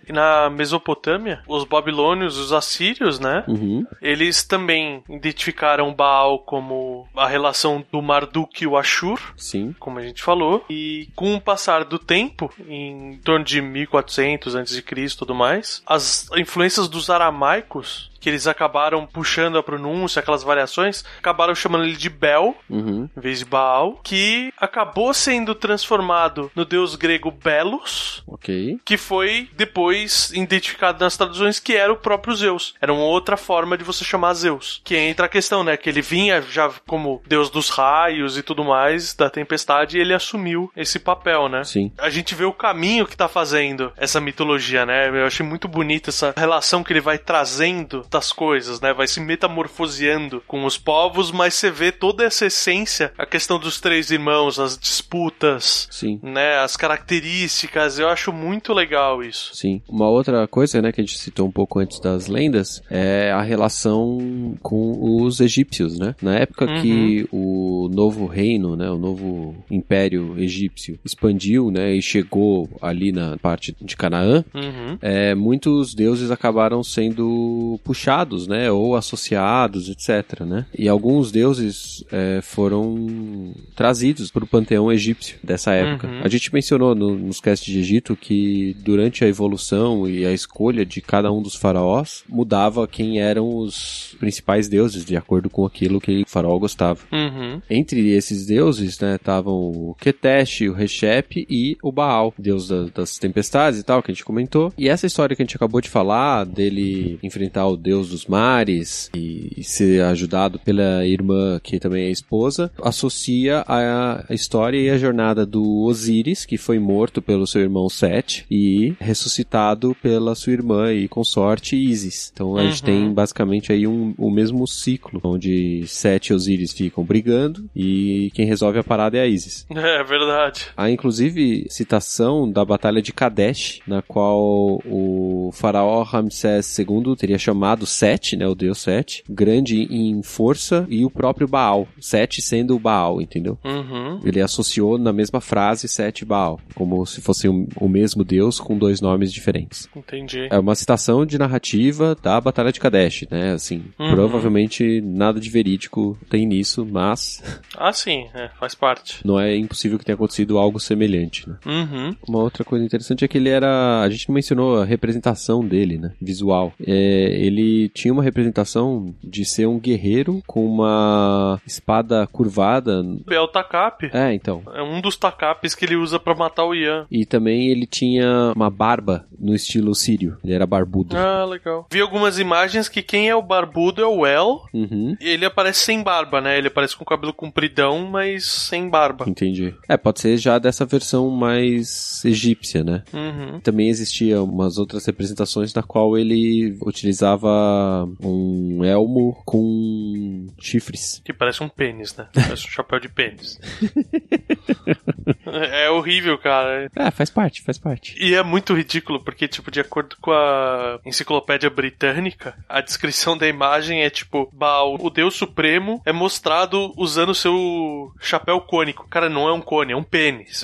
Speaker 1: E na Mesopotâmia, os babilônios, os assírios, né?
Speaker 2: Uhum.
Speaker 1: Eles também identificaram Baal como a relação do Marduk e o Ashur,
Speaker 2: Sim.
Speaker 1: como a gente falou, e com o passar do tempo, em torno de 1400 antes de Cristo e tudo mais, as influências dos aramaicos que eles acabaram puxando a pronúncia, aquelas variações, acabaram chamando ele de Bel,
Speaker 2: Uhum.
Speaker 1: em vez de Baal, que acabou sendo transformado no deus grego Belos,
Speaker 2: Ok.
Speaker 1: que foi depois identificado nas traduções que era o próprio Zeus. Era uma outra forma de você chamar Zeus. Que entra a questão, né? Que ele vinha já como deus dos raios e tudo mais, da tempestade, e ele assumiu esse papel, né?
Speaker 2: Sim.
Speaker 1: A gente vê o caminho que tá fazendo essa mitologia, né? Eu achei muito bonita essa relação que ele vai trazendo das coisas, né? Vai se metamorfoseando com os povos, mas você vê toda essa essência, a questão dos três irmãos, as disputas,
Speaker 2: Sim.
Speaker 1: né, as características, eu acho muito legal isso.
Speaker 2: Sim. Uma outra coisa, né, que a gente citou um pouco antes das lendas, é a relação com os egípcios, né? Na época
Speaker 1: Uhum.
Speaker 2: que o novo reino, né, o novo império egípcio expandiu, né, e chegou ali na parte de Canaã,
Speaker 1: Uhum.
Speaker 2: é, muitos deuses acabaram sendo puxados, né, ou associados, etc, né? E alguns deuses é, foram trazidos para o panteão egípcio dessa época.
Speaker 1: Uhum.
Speaker 2: A gente mencionou no, nos casts de Egito que durante a evolução e a escolha de cada um dos faraós mudava quem eram os principais deuses de acordo com aquilo que o faraó gostava.
Speaker 1: Uhum.
Speaker 2: Entre esses deuses, né, estavam o Ketesh, o Reshep e o Baal, deus da- das tempestades e tal, que a gente comentou. E essa história que a gente acabou de falar, dele enfrentar o deus dos mares e, e ser ajudado pela irmã, que também é esposa, associa a, a história e a jornada do Osíris, que foi morto pelo seu irmão Set e ressuscitado pela sua irmã e consorte Isis. Então a gente
Speaker 1: Uhum.
Speaker 2: tem basicamente aí um, o mesmo ciclo, onde Sete e Osíris ficam brigando e quem resolve a parada é a Isis.
Speaker 1: É verdade.
Speaker 2: Há inclusive citação da Batalha de Kadesh, na qual o faraó Ramsés II teria chamado Sete, né, o deus Sete, grande em força, e o próprio Baal. Sete sendo o Baal, entendeu?
Speaker 1: Uhum.
Speaker 2: Ele associou na mesma frase Sete e Baal, como se fosse um- o mesmo deus com dois nomes diferentes.
Speaker 1: Entendi.
Speaker 2: É uma citação de narrativa da Batalha de Kadesh, né? Assim,
Speaker 1: Uhum.
Speaker 2: provavelmente nada de verídico tem nisso, mas
Speaker 1: Ah, sim, é, faz parte.
Speaker 2: não é impossível que tenha acontecido algo semelhante, né?
Speaker 1: Uhum.
Speaker 2: Uma outra coisa interessante é que ele era. A gente não mencionou a representação dele, né? Visual. É, ele tinha uma representação de ser um guerreiro com uma espada curvada.
Speaker 1: É o Takap.
Speaker 2: É, então.
Speaker 1: É um dos Takapes que ele usa pra matar o Ian.
Speaker 2: E também ele tinha uma barba no estilo sírio. Ele era barbudo.
Speaker 1: Ah, legal. Vi algumas imagens que quem é o barbudo é o El.
Speaker 2: Uhum.
Speaker 1: E ele aparece sem barba, né? Ele aparece com o cabelo compridão, mas sem barba.
Speaker 2: Entendi. É, pode ser já dessa versão mais egípcia, né?
Speaker 1: Uhum.
Speaker 2: Também existia umas outras representações na qual ele utilizava um elmo com chifres.
Speaker 1: Que parece um pênis, né? Parece um chapéu de pênis. é horrível, cara.
Speaker 2: É, faz parte, faz parte.
Speaker 1: E é muito ridículo, porque, tipo, de acordo com a enciclopédia britânica, a descrição da imagem é tipo, Baal, o deus supremo, é mostrado usando seu chapéu cônico. Cara, não é um cone, é um pênis.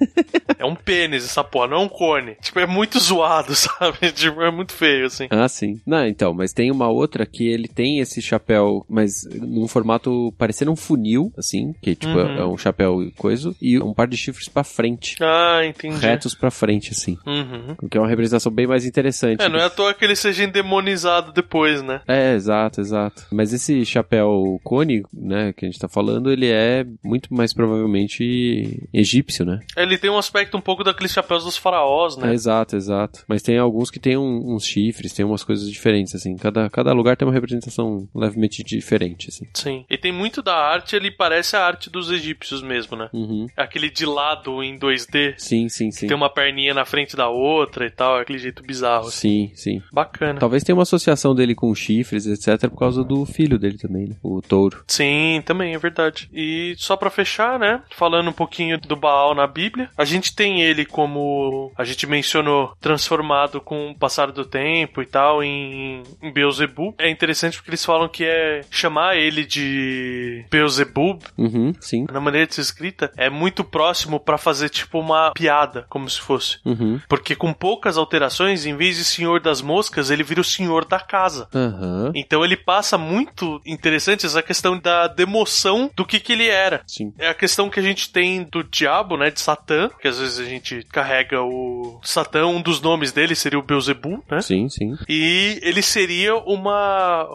Speaker 1: é um pênis essa porra, não é um cone. Tipo, é muito zoado, sabe? Tipo, é muito feio, assim.
Speaker 2: Ah, sim. Não, então, mas tem uma outra que ele tem esse chapéu, mas num formato parecendo um funil, assim, que tipo
Speaker 1: Uhum.
Speaker 2: é um chapéu e coisa, e um par de chifres pra frente.
Speaker 1: Ah, entendi.
Speaker 2: Retos pra frente, assim.
Speaker 1: Uhum.
Speaker 2: O que é uma representação bem mais interessante.
Speaker 1: É, não é à toa que ele seja endemonizado depois, né?
Speaker 2: É, exato, exato. Mas esse chapéu cone, né, que a gente tá falando, ele é muito mais provavelmente egípcio, né?
Speaker 1: Ele tem um aspecto um pouco daqueles chapéus dos faraós, né?
Speaker 2: É, exato, exato. Mas tem alguns que tem um- uns chifres, tem umas coisas diferentes, assim. Cada, cada lugar tem uma representação levemente diferente, assim.
Speaker 1: Sim. E tem muito da arte, ele parece a arte dos egípcios mesmo, né?
Speaker 2: Uhum. um
Speaker 1: Aquele de lado em 2D,
Speaker 2: Sim, sim, sim.
Speaker 1: tem uma perninha na frente da outra e tal, é aquele jeito bizarro. assim.
Speaker 2: Sim, sim.
Speaker 1: Bacana.
Speaker 2: Talvez tenha uma associação dele com chifres, etc, por causa do filho dele também, né? O touro.
Speaker 1: Sim, também é verdade. E só pra fechar, né, falando um pouquinho do Baal na Bíblia, a gente tem ele como a gente mencionou, transformado com o passar do tempo e tal em, em Beelzebub. É interessante porque eles falam que é chamar ele de Beelzebub
Speaker 2: Uhum, sim.
Speaker 1: na maneira de ser escrita é muito próximo pra fazer fazer tipo uma piada, como se fosse.
Speaker 2: Uhum.
Speaker 1: Porque com poucas alterações, em vez de Senhor das Moscas, ele vira o Senhor da Casa.
Speaker 2: Aham.
Speaker 1: Então ele passa muito interessante essa questão da demoção do que, que ele era.
Speaker 2: Sim.
Speaker 1: É a questão que a gente tem do diabo, né? De Satã, que às vezes a gente carrega o Satã, um dos nomes dele seria o Beuzebu, né?
Speaker 2: Sim, sim.
Speaker 1: E ele seria uma.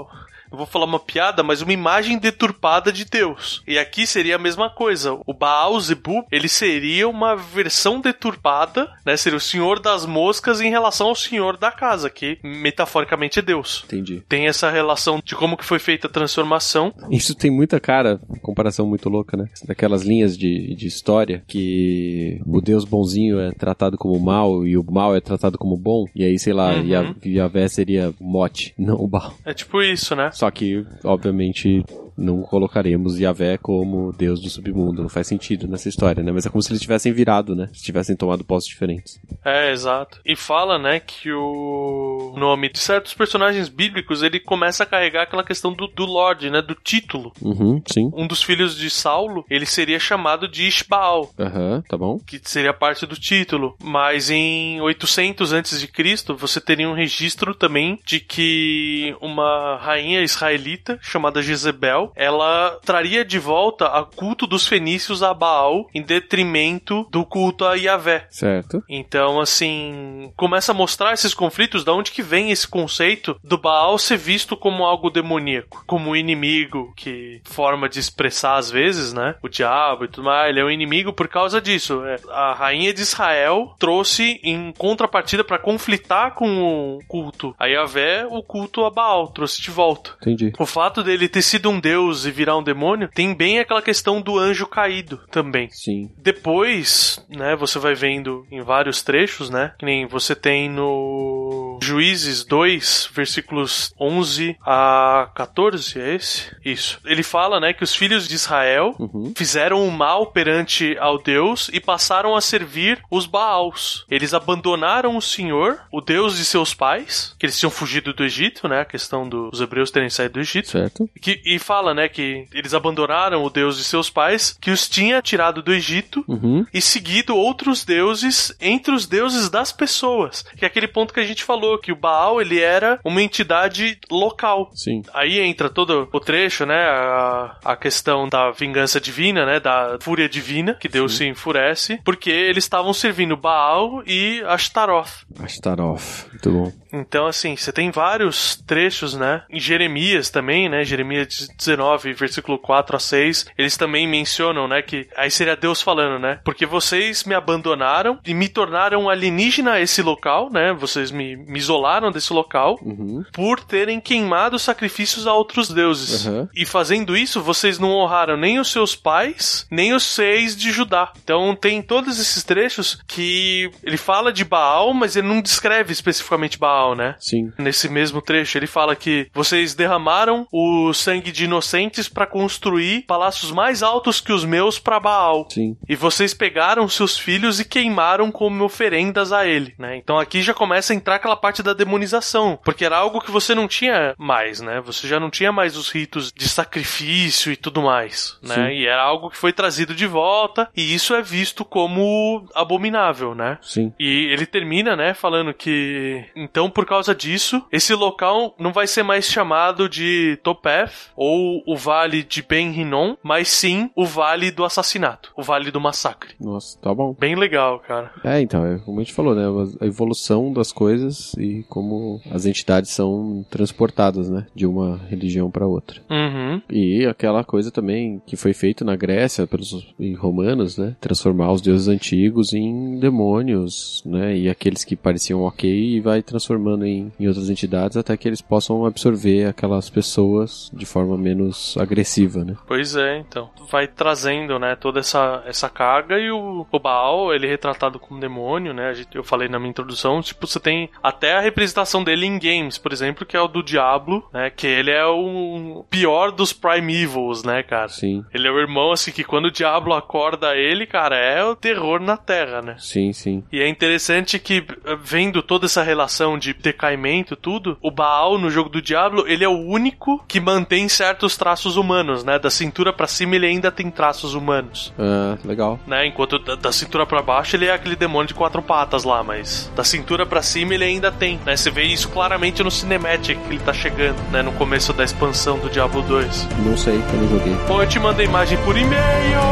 Speaker 1: Eu vou falar uma piada, mas uma imagem deturpada de Deus. E aqui seria a mesma coisa. O Baal Zebu, ele seria uma versão deturpada, né? Seria o senhor das moscas em relação ao senhor da casa, que metaforicamente é Deus.
Speaker 2: Entendi.
Speaker 1: Tem essa relação de como que foi feita a transformação.
Speaker 2: Isso tem muita cara, comparação muito louca, né? Daquelas linhas de, de história que o Deus bonzinho é tratado como mal e o mal é tratado como bom. E aí, sei lá,
Speaker 1: Uhum.
Speaker 2: Ia- Yavé seria mote, não o Baal.
Speaker 1: É tipo isso, né?
Speaker 2: Só que, obviamente, não colocaremos Yavé como Deus do submundo. Não faz sentido nessa história, né? Mas é como se eles tivessem virado, né? Se tivessem tomado postos diferentes.
Speaker 1: É, exato. E fala, né, que o nome de certos personagens bíblicos, ele começa a carregar aquela questão do, do Lorde, né, do título.
Speaker 2: Uhum, sim.
Speaker 1: Um dos filhos de Saulo, ele seria chamado de Ishbaal,
Speaker 2: Aham, tá bom.
Speaker 1: que seria parte do título. Mas em 800 antes de Cristo, você teria um registro também de que uma rainha israelita chamada Jezebel, ela traria de volta o culto dos fenícios a Baal em detrimento do culto a Yahvé.
Speaker 2: Certo.
Speaker 1: Então, assim, começa a mostrar esses conflitos, da onde que vem esse conceito do Baal ser visto como algo demoníaco, como um inimigo, que forma de expressar às vezes, né? O diabo e tudo mais, ele é um inimigo por causa disso. É, A rainha de Israel trouxe em contrapartida para conflitar com o culto a Yahvé, o culto a Baal, trouxe de volta.
Speaker 2: Entendi.
Speaker 1: O fato dele ter sido um deus e virar um demônio tem bem aquela questão do anjo caído também.
Speaker 2: Sim.
Speaker 1: Depois, né, você vai vendo em vários trechos, né? Que nem você tem no Juízes 2, versículos 11 a 14, é esse? Isso. Ele fala, né, que os filhos de Israel
Speaker 2: Uhum.
Speaker 1: fizeram o mal perante ao Deus e passaram a servir os Baals. Eles abandonaram o Senhor, o Deus de seus pais, que eles tinham fugido do Egito, né? A questão dos hebreus terem saído do Egito.
Speaker 2: Certo.
Speaker 1: Que- e fala, né, que eles abandonaram o deus de seus pais, que os tinha tirado do Egito
Speaker 2: Uhum.
Speaker 1: e seguido outros deuses entre os deuses das pessoas. Que é aquele ponto que a gente falou, que o Baal, ele era uma entidade local.
Speaker 2: Sim.
Speaker 1: Aí entra todo o trecho, né? A, a questão da vingança divina, né? Da fúria divina, que Deus se enfurece, porque eles estavam servindo Baal e Ashtaroth.
Speaker 2: Ashtaroth. Muito bom.
Speaker 1: Então, assim, você tem vários trechos, né? Em Jeremias também, né? Jeremias 19, versículo 4 a 6, eles também mencionam, né? Que aí seria Deus falando, né? Porque vocês me abandonaram e me tornaram alienígena a esse local, né? Vocês me, me isolaram desse local
Speaker 2: Uhum.
Speaker 1: por terem queimado sacrifícios a outros deuses.
Speaker 2: Uhum.
Speaker 1: E fazendo isso, vocês não honraram nem os seus pais, nem os seis de Judá. Então tem todos esses trechos que ele fala de Baal, mas ele não descreve especificamente Baal, né?
Speaker 2: Sim.
Speaker 1: Nesse mesmo trecho, ele fala que vocês derramaram o sangue de inocentes para construir palácios mais altos que os meus para Baal.
Speaker 2: Sim.
Speaker 1: E vocês pegaram seus filhos e queimaram como oferendas a ele, né? Então aqui já começa a entrar aquela parte da demonização, porque era algo que você não tinha mais, né? Você já não tinha mais os ritos de sacrifício e tudo mais, né?
Speaker 2: Sim.
Speaker 1: E era algo que foi trazido de volta, e isso é visto como abominável, né?
Speaker 2: Sim.
Speaker 1: E ele termina, né, falando que então por causa disso, esse local não vai ser mais chamado de Topeth ou o Vale de Ben-Hinnom, mas sim o Vale do Assassinato, o Vale do Massacre.
Speaker 2: Nossa, tá bom.
Speaker 1: Bem legal, cara.
Speaker 2: É, então, é como a gente falou, né? A evolução das coisas e como as entidades são transportadas, né? De uma religião para outra.
Speaker 1: Uhum.
Speaker 2: E aquela coisa também que foi feito na Grécia pelos romanos, né? Transformar os deuses antigos em demônios, né? E aqueles que pareciam ok e vai transformando em, em outras entidades até que eles possam absorver aquelas pessoas de forma menos agressiva, né?
Speaker 1: Pois é, então. Vai trazendo, né, toda essa, essa carga e o, o Baal, ele é retratado como demônio, né? A gente- Eu falei na minha introdução, tipo, você tem até até a representação dele em games, por exemplo, que é o do Diablo, né? Que ele é o pior dos Primevals, né, cara?
Speaker 2: Sim.
Speaker 1: Ele é o irmão, assim, que quando o Diablo acorda ele, cara, é o terror na Terra, né?
Speaker 2: Sim, sim.
Speaker 1: E é interessante que, eh, vendo toda essa relação de decaimento, tudo, o Baal no jogo do Diablo, ele é o único que mantém certos traços humanos, né? Da cintura pra cima ele ainda tem traços humanos.
Speaker 2: Ah, legal.
Speaker 1: Né? Enquanto da, da cintura pra baixo ele é aquele demônio de quatro patas lá, mas da cintura pra cima ele ainda tem, né? Você vê isso claramente no Cinematic que ele tá chegando, né? No começo da expansão do Diablo 2.
Speaker 2: Não sei, eu não joguei.
Speaker 1: Bom, eu te mando a imagem por e-mail!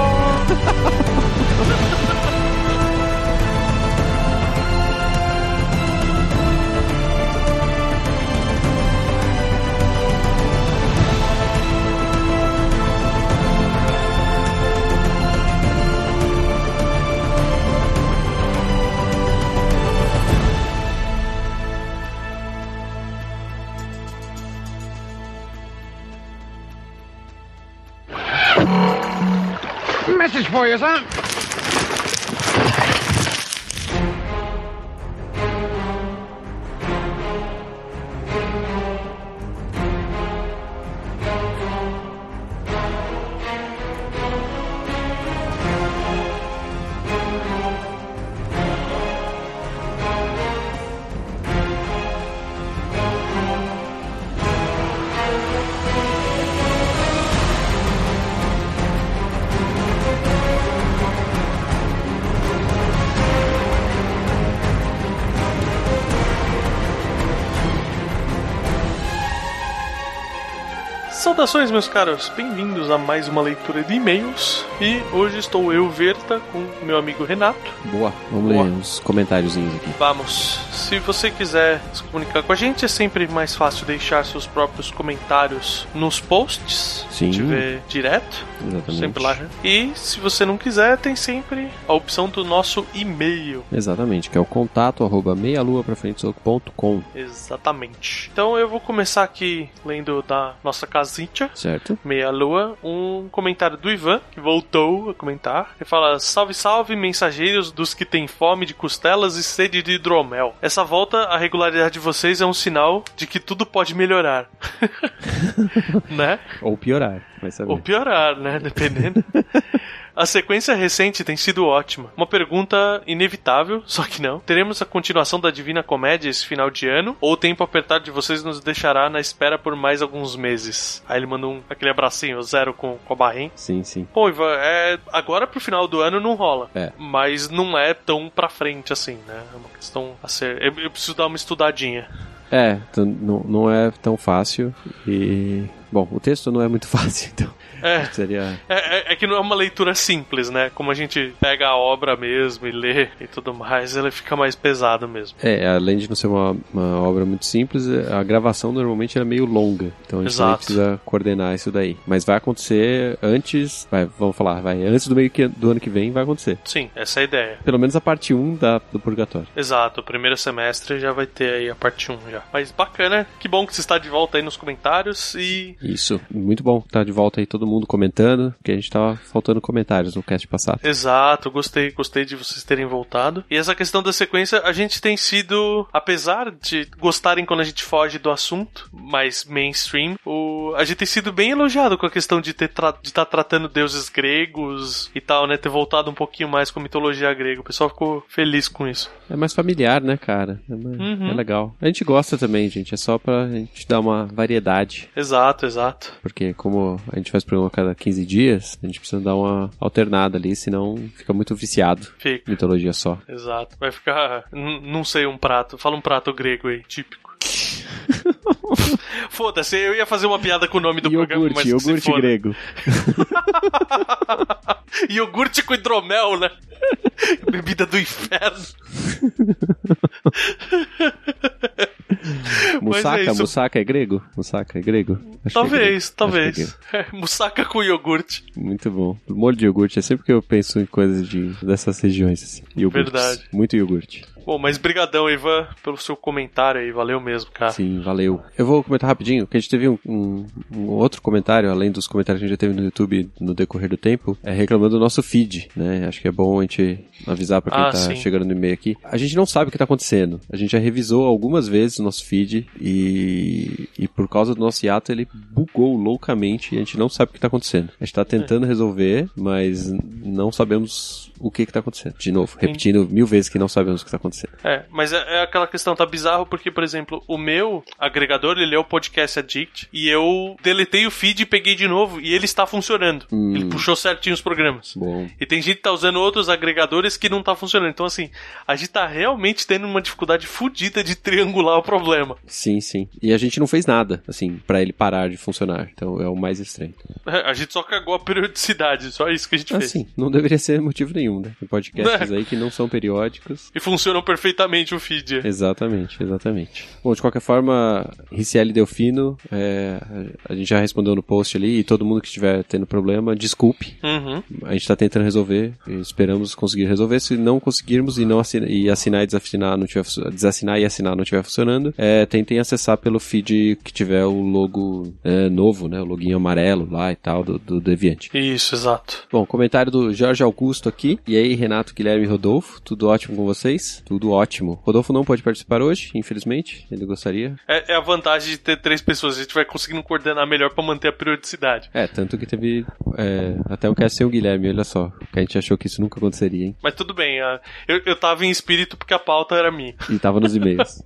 Speaker 3: Message for you, sir.
Speaker 1: Saudações, meus caros! Bem-vindos a mais uma leitura de e-mails. E hoje estou eu, Verta, com meu amigo Renato.
Speaker 2: Boa. Vamos
Speaker 1: Boa.
Speaker 2: ler uns comentáriozinhos aqui.
Speaker 1: Vamos! Se você quiser se comunicar com a gente, é sempre mais fácil deixar seus próprios comentários nos posts.
Speaker 2: Sim.
Speaker 1: Te ver direto.
Speaker 2: Exatamente.
Speaker 1: Sempre lá. né? E se você não quiser, tem sempre a opção do nosso e-mail.
Speaker 2: Exatamente, que é o contato arroba meialua pra frente ponto com,
Speaker 1: Exatamente. Então eu vou começar aqui lendo da nossa casinha.
Speaker 2: certo?
Speaker 1: Meia Lua, um comentário do Ivan, que voltou a comentar. Ele fala: Salve, salve, mensageiros dos que têm fome de costelas e sede de hidromel. Essa volta à regularidade de vocês é um sinal de que tudo pode melhorar. né?
Speaker 2: Ou piorar, vai saber.
Speaker 1: Ou piorar, né? Dependendo. A sequência recente tem sido ótima. Uma pergunta inevitável, só que não. Teremos a continuação da Divina Comédia esse final de ano? Ou o tempo apertado de vocês nos deixará na espera por mais alguns meses? Aí ele manda um, aquele abracinho, zero com, com a barrinha.
Speaker 2: Sim, sim.
Speaker 1: Bom, Ivan, é, agora pro final do ano não rola.
Speaker 2: É.
Speaker 1: Mas não é tão pra frente assim, né? É uma questão a ser. Eu, eu preciso dar uma estudadinha.
Speaker 2: É, então, não, não é tão fácil e... Bom, o texto não é muito fácil, então
Speaker 1: É.
Speaker 2: seria...
Speaker 1: É, é- é que não é uma leitura simples, né? Como a gente pega a obra mesmo e lê e tudo mais, ela fica mais pesado mesmo.
Speaker 2: É, além de não ser uma, uma obra muito simples, é, a gravação normalmente é meio longa, então a gente também
Speaker 1: Exato.
Speaker 2: precisa coordenar isso daí. Mas vai acontecer antes, vai, vamos falar, vai antes do meio que, do ano que vem vai acontecer.
Speaker 1: Sim, essa é a ideia.
Speaker 2: Pelo menos a parte 1 da, do Purgatório.
Speaker 1: Exato, o primeiro semestre já vai ter aí a parte 1 já. Mas bacana, que bom que você está de volta aí nos comentários e.
Speaker 2: Isso. Muito bom estar de volta aí todo mundo comentando, porque a gente tava faltando comentários no cast passado.
Speaker 1: Exato, gostei, gostei de vocês terem voltado. E essa questão da sequência, a gente tem sido, apesar de gostarem quando a gente foge do assunto, mais mainstream, o, a gente tem sido bem elogiado com a questão de ter tra- de estar tratando deuses gregos e tal, né? Ter voltado um pouquinho mais com a mitologia grega. O pessoal ficou feliz com isso.
Speaker 2: É mais familiar, né, cara? É, mais-
Speaker 1: Uhum.
Speaker 2: é legal. A gente gosta também, gente. É só pra gente dar uma variedade.
Speaker 1: Exato, exato.
Speaker 2: Porque como a gente faz programa a cada 15 dias, a gente precisa dar uma alternada ali, senão fica muito viciado.
Speaker 1: Fica.
Speaker 2: Mitologia só.
Speaker 1: Exato. Vai ficar. n- Não sei um prato. Fala um prato grego aí, típico. Foda-se, eu ia fazer uma piada com o nome do programa, mas que
Speaker 2: iogurte,
Speaker 1: se
Speaker 2: iogurte
Speaker 1: foda.
Speaker 2: grego.
Speaker 1: Iogurte com hidromel, né? Bebida do inferno.
Speaker 2: Muito Moussaka?
Speaker 1: é isso.
Speaker 2: Moussaka é grego? Moussaka é grego? Acho que é grego.
Speaker 1: Talvez,
Speaker 2: Acho
Speaker 1: talvez. Moussaka É, com iogurte.
Speaker 2: Muito bom. Molho de iogurte. É sempre que eu penso em coisas de, dessas regiões. Assim. Iogurtes.
Speaker 1: Verdade.
Speaker 2: Muito iogurte.
Speaker 1: Bom, mas brigadão, Ivan, pelo seu comentário aí. Valeu mesmo, cara.
Speaker 2: Sim, valeu. Eu vou comentar rapidinho, que a gente teve um, um- um outro comentário, além dos comentários que a gente já teve no YouTube no decorrer do tempo, é reclamando do nosso feed, né? Acho que é bom a gente avisar pra quem
Speaker 1: Ah,
Speaker 2: tá
Speaker 1: sim.
Speaker 2: chegando no e-mail aqui. A gente não sabe o que tá acontecendo. A gente já revisou algumas vezes o nosso feed e, e por causa do nosso hiato ele bugou loucamente e a gente não sabe o que tá acontecendo. A gente tá
Speaker 1: É.
Speaker 2: tentando resolver, mas não sabemos o que que tá acontecendo. De novo, repetindo mil vezes que não sabemos o que tá acontecendo.
Speaker 1: É, mas é, é aquela questão, tá bizarro, porque, por exemplo, o meu agregador, ele é o Podcast Addict, e eu deletei o feed e peguei de novo, e ele está funcionando.
Speaker 2: Hum.
Speaker 1: Ele puxou certinho os programas.
Speaker 2: Bom,
Speaker 1: E tem gente que tá usando outros agregadores que não tá funcionando. Então, assim, a gente tá realmente tendo uma dificuldade fodida de triangular o problema.
Speaker 2: Sim, sim. E a gente não fez nada, assim, pra ele parar de funcionar. Então é o mais estranho.
Speaker 1: A gente só cagou a periodicidade, só isso que a gente fez.
Speaker 2: Assim, não deveria ser motivo nenhum, né? Tem podcasts aí que não são periódicos.
Speaker 1: E funcionou perfeitamente o feed.
Speaker 2: Exatamente, exatamente. Bom, de qualquer forma, Riciele Delfino, é, a gente já respondeu no post ali, e todo mundo que estiver tendo problema, desculpe.
Speaker 1: Uhum.
Speaker 2: A gente tá tentando resolver, e esperamos conseguir resolver. Se não conseguirmos e, não assina- e assinar e desassinar não tiver, funcio- desassinar e assinar não estiver funcionando, é, tentem acessar pelo feed que tiver o logo é, novo, né? O loginho amarelo lá e tal, do, do Deviante.
Speaker 1: Isso, exato.
Speaker 2: Bom, comentário do Jorge Augusto aqui. E aí, Renato, Guilherme e Rodolfo, tudo ótimo com vocês? Tudo ótimo. Rodolfo não pode participar hoje, infelizmente, ele gostaria.
Speaker 1: É, é a vantagem de ter três pessoas, a gente vai conseguindo coordenar melhor pra manter a periodicidade.
Speaker 2: É, tanto que teve é, até um cast sem o Guilherme, olha só. Que a gente achou que isso nunca aconteceria, hein?
Speaker 1: Mas tudo bem, a- eu, eu tava em espírito porque a pauta era minha.
Speaker 2: E tava nos e-mails.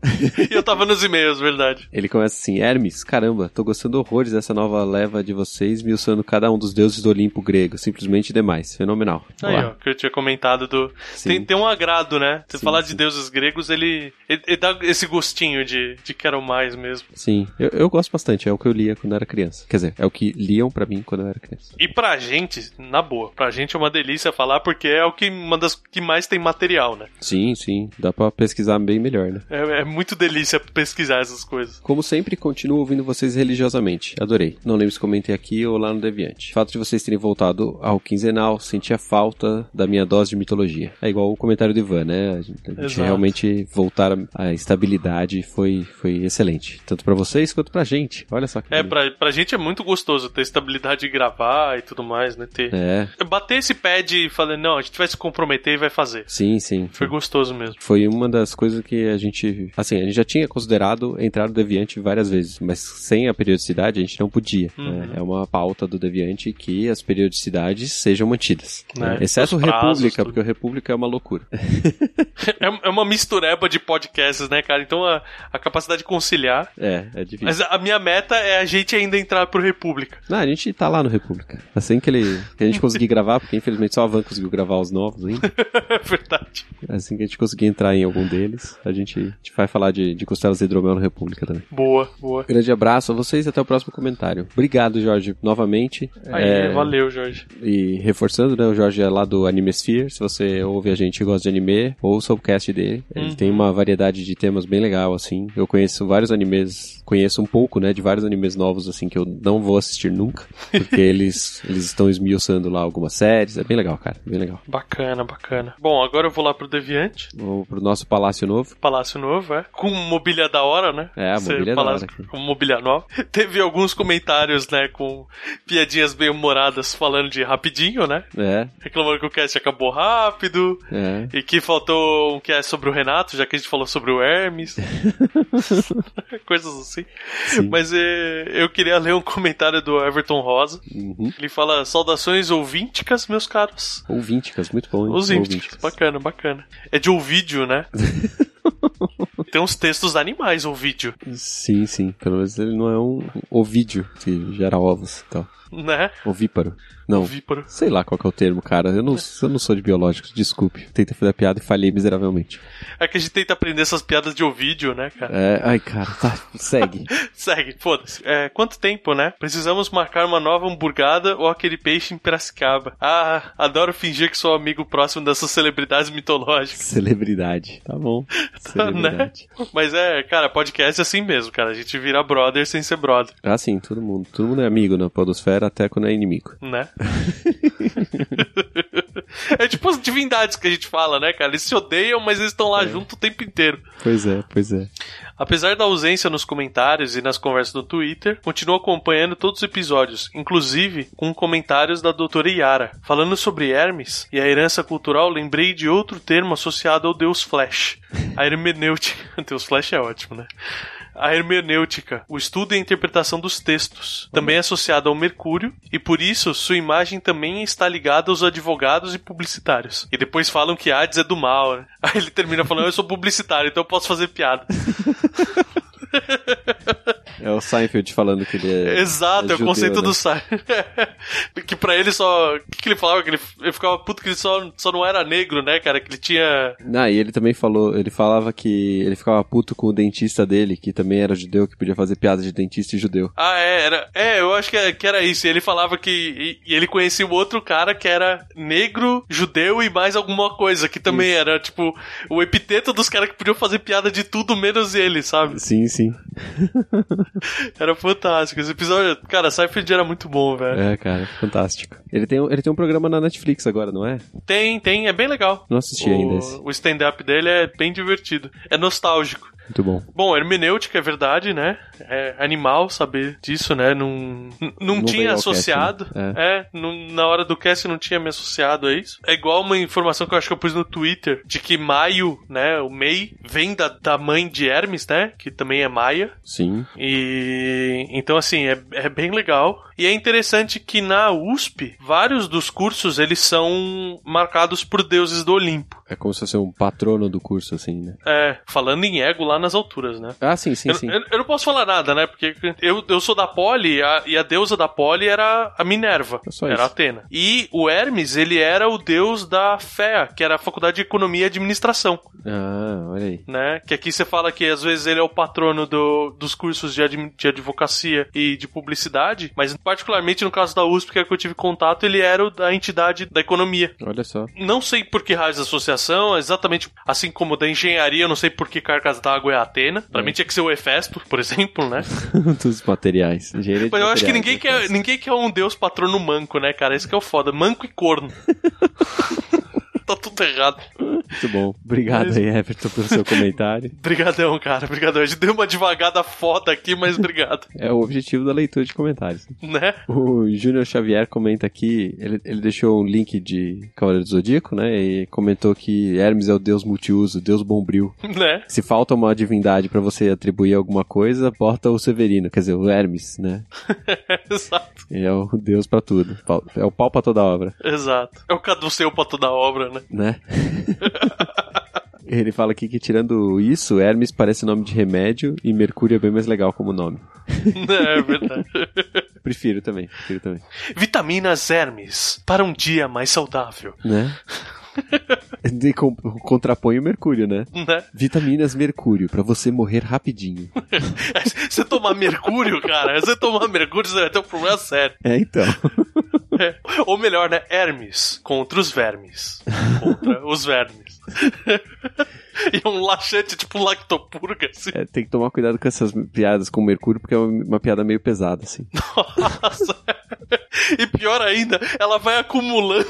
Speaker 1: E eu tava nos e-mails, verdade.
Speaker 2: Ele começa assim: Hermes, caramba, tô gostando horrores dessa nova leva de vocês, milçando cada um dos deuses do Olimpo grego. Simplesmente demais. Fenomenal.
Speaker 1: Aí,
Speaker 2: Olá.
Speaker 1: ó, que eu tinha comentado do.
Speaker 2: Sim.
Speaker 1: Tem, tem um agrado, né? Você
Speaker 2: Sim,
Speaker 1: falar
Speaker 2: sim.
Speaker 1: de deuses gregos, ele, ele, ele dá esse gostinho de, de quero mais mesmo.
Speaker 2: Sim, eu, eu gosto bastante, é o que eu lia quando era criança. Quer dizer, é o que liam pra mim quando eu era criança.
Speaker 1: E pra gente, na boa, pra gente é uma delícia falar porque é o que uma das que mais tem material, né?
Speaker 2: Sim, sim, dá pra pesquisar bem melhor, né?
Speaker 1: É, é muito delícia pesquisar essas coisas.
Speaker 2: Como sempre, continuo ouvindo vocês religiosamente. Adorei. Não lembro se comentei aqui ou lá no Deviante. O fato de vocês terem voltado ao quinzenal, senti a falta da minha dose de mitologia. É igual o comentário do Ivan, né? A gente a gente
Speaker 1: Exato.
Speaker 2: realmente voltar à- à estabilidade foi, foi excelente. Tanto pra vocês quanto pra gente. Olha só que
Speaker 1: É,
Speaker 2: bonito.
Speaker 1: pra, pra gente é muito gostoso ter estabilidade de gravar e tudo mais, né? Ter...
Speaker 2: É,
Speaker 1: Bater esse pad e falar, não, a gente vai se comprometer e vai fazer.
Speaker 2: sim, sim.
Speaker 1: Foi gostoso mesmo.
Speaker 2: Foi uma das coisas que a gente. Assim, a gente já tinha considerado entrar no Deviante várias vezes, mas sem a periodicidade a gente não podia.
Speaker 1: Uhum.
Speaker 2: né? É uma pauta do Deviante que as periodicidades sejam mantidas.
Speaker 1: Né?
Speaker 2: né? Exceto
Speaker 1: Os
Speaker 2: o
Speaker 1: prazos,
Speaker 2: República,
Speaker 1: tudo.
Speaker 2: porque o República é uma loucura.
Speaker 1: É, é uma mistureba de podcasts, né, cara? Então a, a capacidade de conciliar.
Speaker 2: É, é difícil.
Speaker 1: Mas a minha meta é a gente ainda entrar pro República.
Speaker 2: Não, a gente tá lá no República. Assim que, ele, que a gente conseguir gravar, porque infelizmente só a Van conseguiu gravar os novos ainda.
Speaker 1: É verdade.
Speaker 2: Assim que a gente conseguir entrar em algum deles, a gente, a gente vai falar de, de costelas e hidromel no República também.
Speaker 1: Boa, boa.
Speaker 2: Grande abraço a vocês e até o próximo comentário. Obrigado, Jorge, novamente.
Speaker 1: Aí,
Speaker 2: É,
Speaker 1: valeu, Jorge.
Speaker 2: E reforçando, né, o Jorge é lá do Anime Sphere. Se você ouve a gente e gosta de anime, ouça o cast dele. Ele
Speaker 1: Uhum.
Speaker 2: tem uma variedade de temas bem legal, assim. Eu conheço vários animes, conheço um pouco, né, de vários animes novos, assim, que eu não vou assistir nunca, porque eles, eles estão esmiuçando lá algumas séries. É bem legal, cara, bem legal.
Speaker 1: Bacana, bacana. Bom, agora eu vou lá pro Deviante.
Speaker 2: Vamos pro nosso Palácio Novo.
Speaker 1: Palácio Novo, é. Com mobília da hora, né?
Speaker 2: É, a
Speaker 1: Esse
Speaker 2: mobília da
Speaker 1: palácio
Speaker 2: hora aqui.
Speaker 1: Com mobília nova. Teve alguns comentários, né, com piadinhas bem humoradas falando de rapidinho, né?
Speaker 2: É,
Speaker 1: Reclamando que o cast acabou rápido.
Speaker 2: é.
Speaker 1: E que faltou um que é sobre o Renato, já que a gente falou sobre o Hermes. Coisas assim.
Speaker 2: Sim.
Speaker 1: Mas eh, eu queria ler um comentário do Everton Rosa.
Speaker 2: Uhum.
Speaker 1: Ele fala: Saudações ouvinticas, meus caros.
Speaker 2: Ouvinticas, muito bom, hein?
Speaker 1: Os ínticas. Bacana, bacana. É de ouvídeo, né? Tem uns textos animais, ouvídeo.
Speaker 2: Sim, sim. Pelo menos ele não é um, um ovídeo que gera ovos e tal.
Speaker 1: né?
Speaker 2: Ovíparo. Não.
Speaker 1: Ovíparo.
Speaker 2: Sei lá qual que é o termo, cara. Eu não, eu não sou de biológicos, desculpe. Tentei fazer a piada e falhei miseravelmente.
Speaker 1: É que a gente tenta aprender essas piadas de ouvídeo, né, cara?
Speaker 2: É, ai, cara, tá, segue.
Speaker 1: Segue, foda-se. É, quanto tempo, né? Precisamos marcar uma nova hamburgada ou aquele peixe em Piracicaba. Ah, adoro fingir que sou amigo próximo dessas celebridades mitológicas. né?
Speaker 2: Celebridade. Tá bom. Celebridade.
Speaker 1: Mas é, cara, podcast é assim mesmo, cara. A gente vira brother sem ser brother,
Speaker 2: Ah, sim, todo mundo. Todo mundo é amigo na podosfera, até quando é inimigo.
Speaker 1: né? é tipo as divindades que a gente fala, né, cara? Eles se odeiam, mas eles estão lá junto o tempo inteiro.
Speaker 2: Pois é, pois é.
Speaker 1: Apesar da ausência nos comentários e nas conversas no Twitter, continuo acompanhando todos os episódios, inclusive com comentários da doutora Yara. Falando sobre Hermes e a herança cultural, lembrei de outro termo associado ao deus Flash. A hermenêutica. Deus Flash é ótimo, né? A hermenêutica, o estudo e a interpretação dos textos, também é associada ao Mercúrio, e por isso sua imagem também está ligada aos advogados e publicitários. E depois falam que Hades é do mal, né? Aí ele termina falando: Eu sou publicitário, então eu posso fazer piada.
Speaker 2: É o Seinfeld falando que ele é.
Speaker 1: Exato, é, o
Speaker 2: judeu,
Speaker 1: conceito
Speaker 2: né?
Speaker 1: do Sar. que pra ele só. O que, que ele falava? Que ele, ele ficava puto que ele só, só não era negro, né, cara? Que ele tinha.
Speaker 2: Ah, e ele também falou, ele falava que ele ficava puto com o dentista dele, que também era judeu, que podia fazer piada de dentista e judeu.
Speaker 1: Ah, é, era. É, eu acho que, é- que era isso. E ele falava que. E, e ele conhecia um outro cara que era negro, judeu e mais alguma coisa, que também era, tipo, o epiteto dos caras que podiam fazer piada de tudo menos ele, sabe?
Speaker 2: Sim, sim.
Speaker 1: Era fantástico. Esse episódio. Cara, Seinfeld era muito bom, velho.
Speaker 2: É, cara, fantástico. Ele tem, um- ele tem um programa na Netflix agora, não é?
Speaker 1: Tem, tem, é bem legal.
Speaker 2: Não assisti ainda esse.
Speaker 1: o o stand-up dele é bem divertido. É nostálgico.
Speaker 2: Muito bom.
Speaker 1: Bom, hermenêutica é verdade, né? É animal saber disso, né? Não, não,
Speaker 2: Não veio
Speaker 1: tinha
Speaker 2: ao
Speaker 1: associado.
Speaker 2: cast, né?
Speaker 1: É, não- na hora do cast não tinha me associado a isso. É igual uma informação que eu acho que eu pus no Twitter, de que maio, né? O Mei vem da, da mãe de Hermes, né? Que também é maia.
Speaker 2: Sim.
Speaker 1: E então assim, é, é bem legal. E é interessante que na USP, vários dos cursos eles são marcados por deuses do Olimpo.
Speaker 2: É como se fosse um patrono do curso, assim, né?
Speaker 1: É, falando em ego lá nas alturas, né?
Speaker 2: Ah, sim, sim,
Speaker 1: Eu,
Speaker 2: sim.
Speaker 1: eu- eu não posso falar nada, né? Porque eu, eu sou da Poli a- e a deusa da Poli era a Minerva.
Speaker 2: É só
Speaker 1: era
Speaker 2: isso.
Speaker 1: Atena. E o Hermes, ele era o deus da FEA, que era a Faculdade de Economia e Administração,
Speaker 2: Ah, olha aí.
Speaker 1: né? Que aqui você fala que às vezes ele é o patrono do- dos cursos de, admi- de advocacia e de publicidade, mas particularmente no caso da USP, que é que eu tive contato, ele era o da entidade da economia.
Speaker 2: Olha só.
Speaker 1: Não sei por que raios da associação, exatamente assim como da engenharia, eu não sei por que cargas d'água é a Atena.
Speaker 2: Hum.
Speaker 1: Pra mim tinha que ser o Hefesto, por exemplo, né?
Speaker 2: Um Dos materiais. Engenharia de
Speaker 1: Mas Tipo, eu acho que
Speaker 2: materiais,
Speaker 1: ninguém
Speaker 2: né?
Speaker 1: quer, ninguém quer um deus patrono manco, né, cara? Isso que é o foda. Manco e corno. tá tudo errado.
Speaker 2: Muito bom. Obrigado aí, Everton, pelo seu comentário.
Speaker 1: Obrigadão, cara. Obrigadão. A gente deu uma devagada foda aqui, mas obrigado.
Speaker 2: É o objetivo da leitura de comentários.
Speaker 1: Né?
Speaker 2: O Júnior Xavier comenta aqui, ele, ele deixou um link de Cavaleiro do Zodíaco, né? E comentou que Hermes é o deus multiuso, deus bombril.
Speaker 1: Né?
Speaker 2: Se falta uma divindade pra você atribuir alguma coisa, bota o Severino, quer dizer, o Hermes, né?
Speaker 1: Exato.
Speaker 2: Ele é o deus pra tudo. Pau- É o pau pra toda obra,
Speaker 1: Exato. É o caduceu pra toda obra, né?
Speaker 2: né? Ele fala aqui que tirando isso, Hermes parece nome de remédio e Mercúrio é bem mais legal como nome.
Speaker 1: é verdade.
Speaker 2: Prefiro também, prefiro também.
Speaker 1: Vitaminas Hermes. Para um dia mais saudável.
Speaker 2: Né? De, com- contrapõe o Mercúrio, né?
Speaker 1: Né?
Speaker 2: Vitaminas Mercúrio, pra você morrer rapidinho.
Speaker 1: Você tomar mercúrio, cara, você tomar mercúrio, você vai ter um problema sério.
Speaker 2: É, então.
Speaker 1: É. Ou melhor, né? Hermes contra os vermes. Contra os vermes. e é um laxante tipo lactopurga, assim.
Speaker 2: É, tem que tomar cuidado com essas piadas com Mercúrio, porque é uma, uma piada meio pesada, assim.
Speaker 1: Nossa. E pior ainda, ela vai acumulando,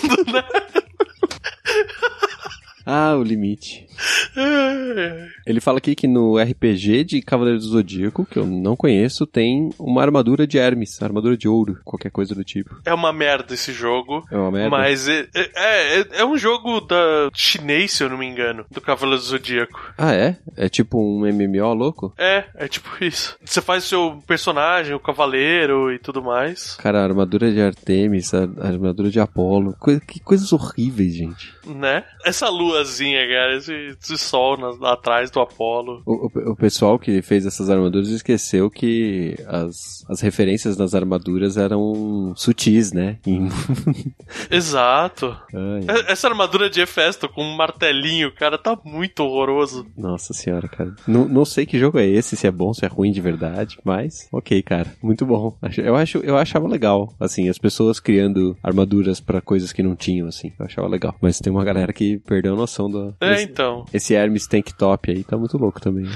Speaker 2: Ah, o limite.
Speaker 1: né?
Speaker 2: Ele fala aqui que no RPG de Cavaleiro do Zodíaco, que eu não conheço, tem uma armadura de Hermes, armadura de ouro, qualquer coisa do tipo.
Speaker 1: É uma merda esse jogo.
Speaker 2: É uma merda.
Speaker 1: Mas é, é, é- é um jogo da chinês, se eu não me engano, do Cavaleiro do Zodíaco.
Speaker 2: Ah, é? É tipo um MMO louco?
Speaker 1: É, é tipo isso. Você faz o seu personagem, o cavaleiro e tudo mais,
Speaker 2: Cara, armadura de Artemis, a- armadura de Apolo, coi- que coisas horríveis, gente.
Speaker 1: né? Essa lua luazinha, cara. Esse, esse sol na- lá atrás do Apolo.
Speaker 2: O, o- o pessoal que fez essas armaduras esqueceu que as, as referências nas armaduras eram sutis, né? Em-
Speaker 1: Exato.
Speaker 2: Ai,
Speaker 1: É- Essa armadura de Hefesto com um martelinho, cara, tá muito horroroso.
Speaker 2: nossa senhora, cara. Não, não sei que jogo é esse, se é bom, se é ruim de verdade, mas ok, cara. Muito bom. Acho- Eu, acho, eu achava legal, assim, as pessoas criando armaduras pra coisas que não tinham, assim. Eu achava legal. Mas tem uma galera que perdeu a noção do.
Speaker 1: É,
Speaker 2: Esse,
Speaker 1: então.
Speaker 2: esse Hermes Tank Top aí tá muito louco também.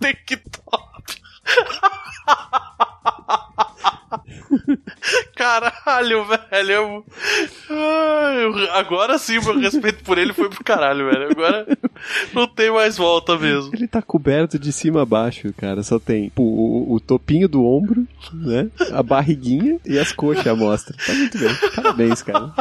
Speaker 1: Tem que top. Caralho, velho. eu- Ai, eu- Agora sim, meu respeito por ele foi pro caralho, velho. Agora não tem mais volta mesmo.
Speaker 2: Ele tá coberto de cima a baixo, cara. Só tem tipo, o, o topinho do ombro, né? A barriguinha e as coxas à mostra. Tá muito bem. Parabéns, cara.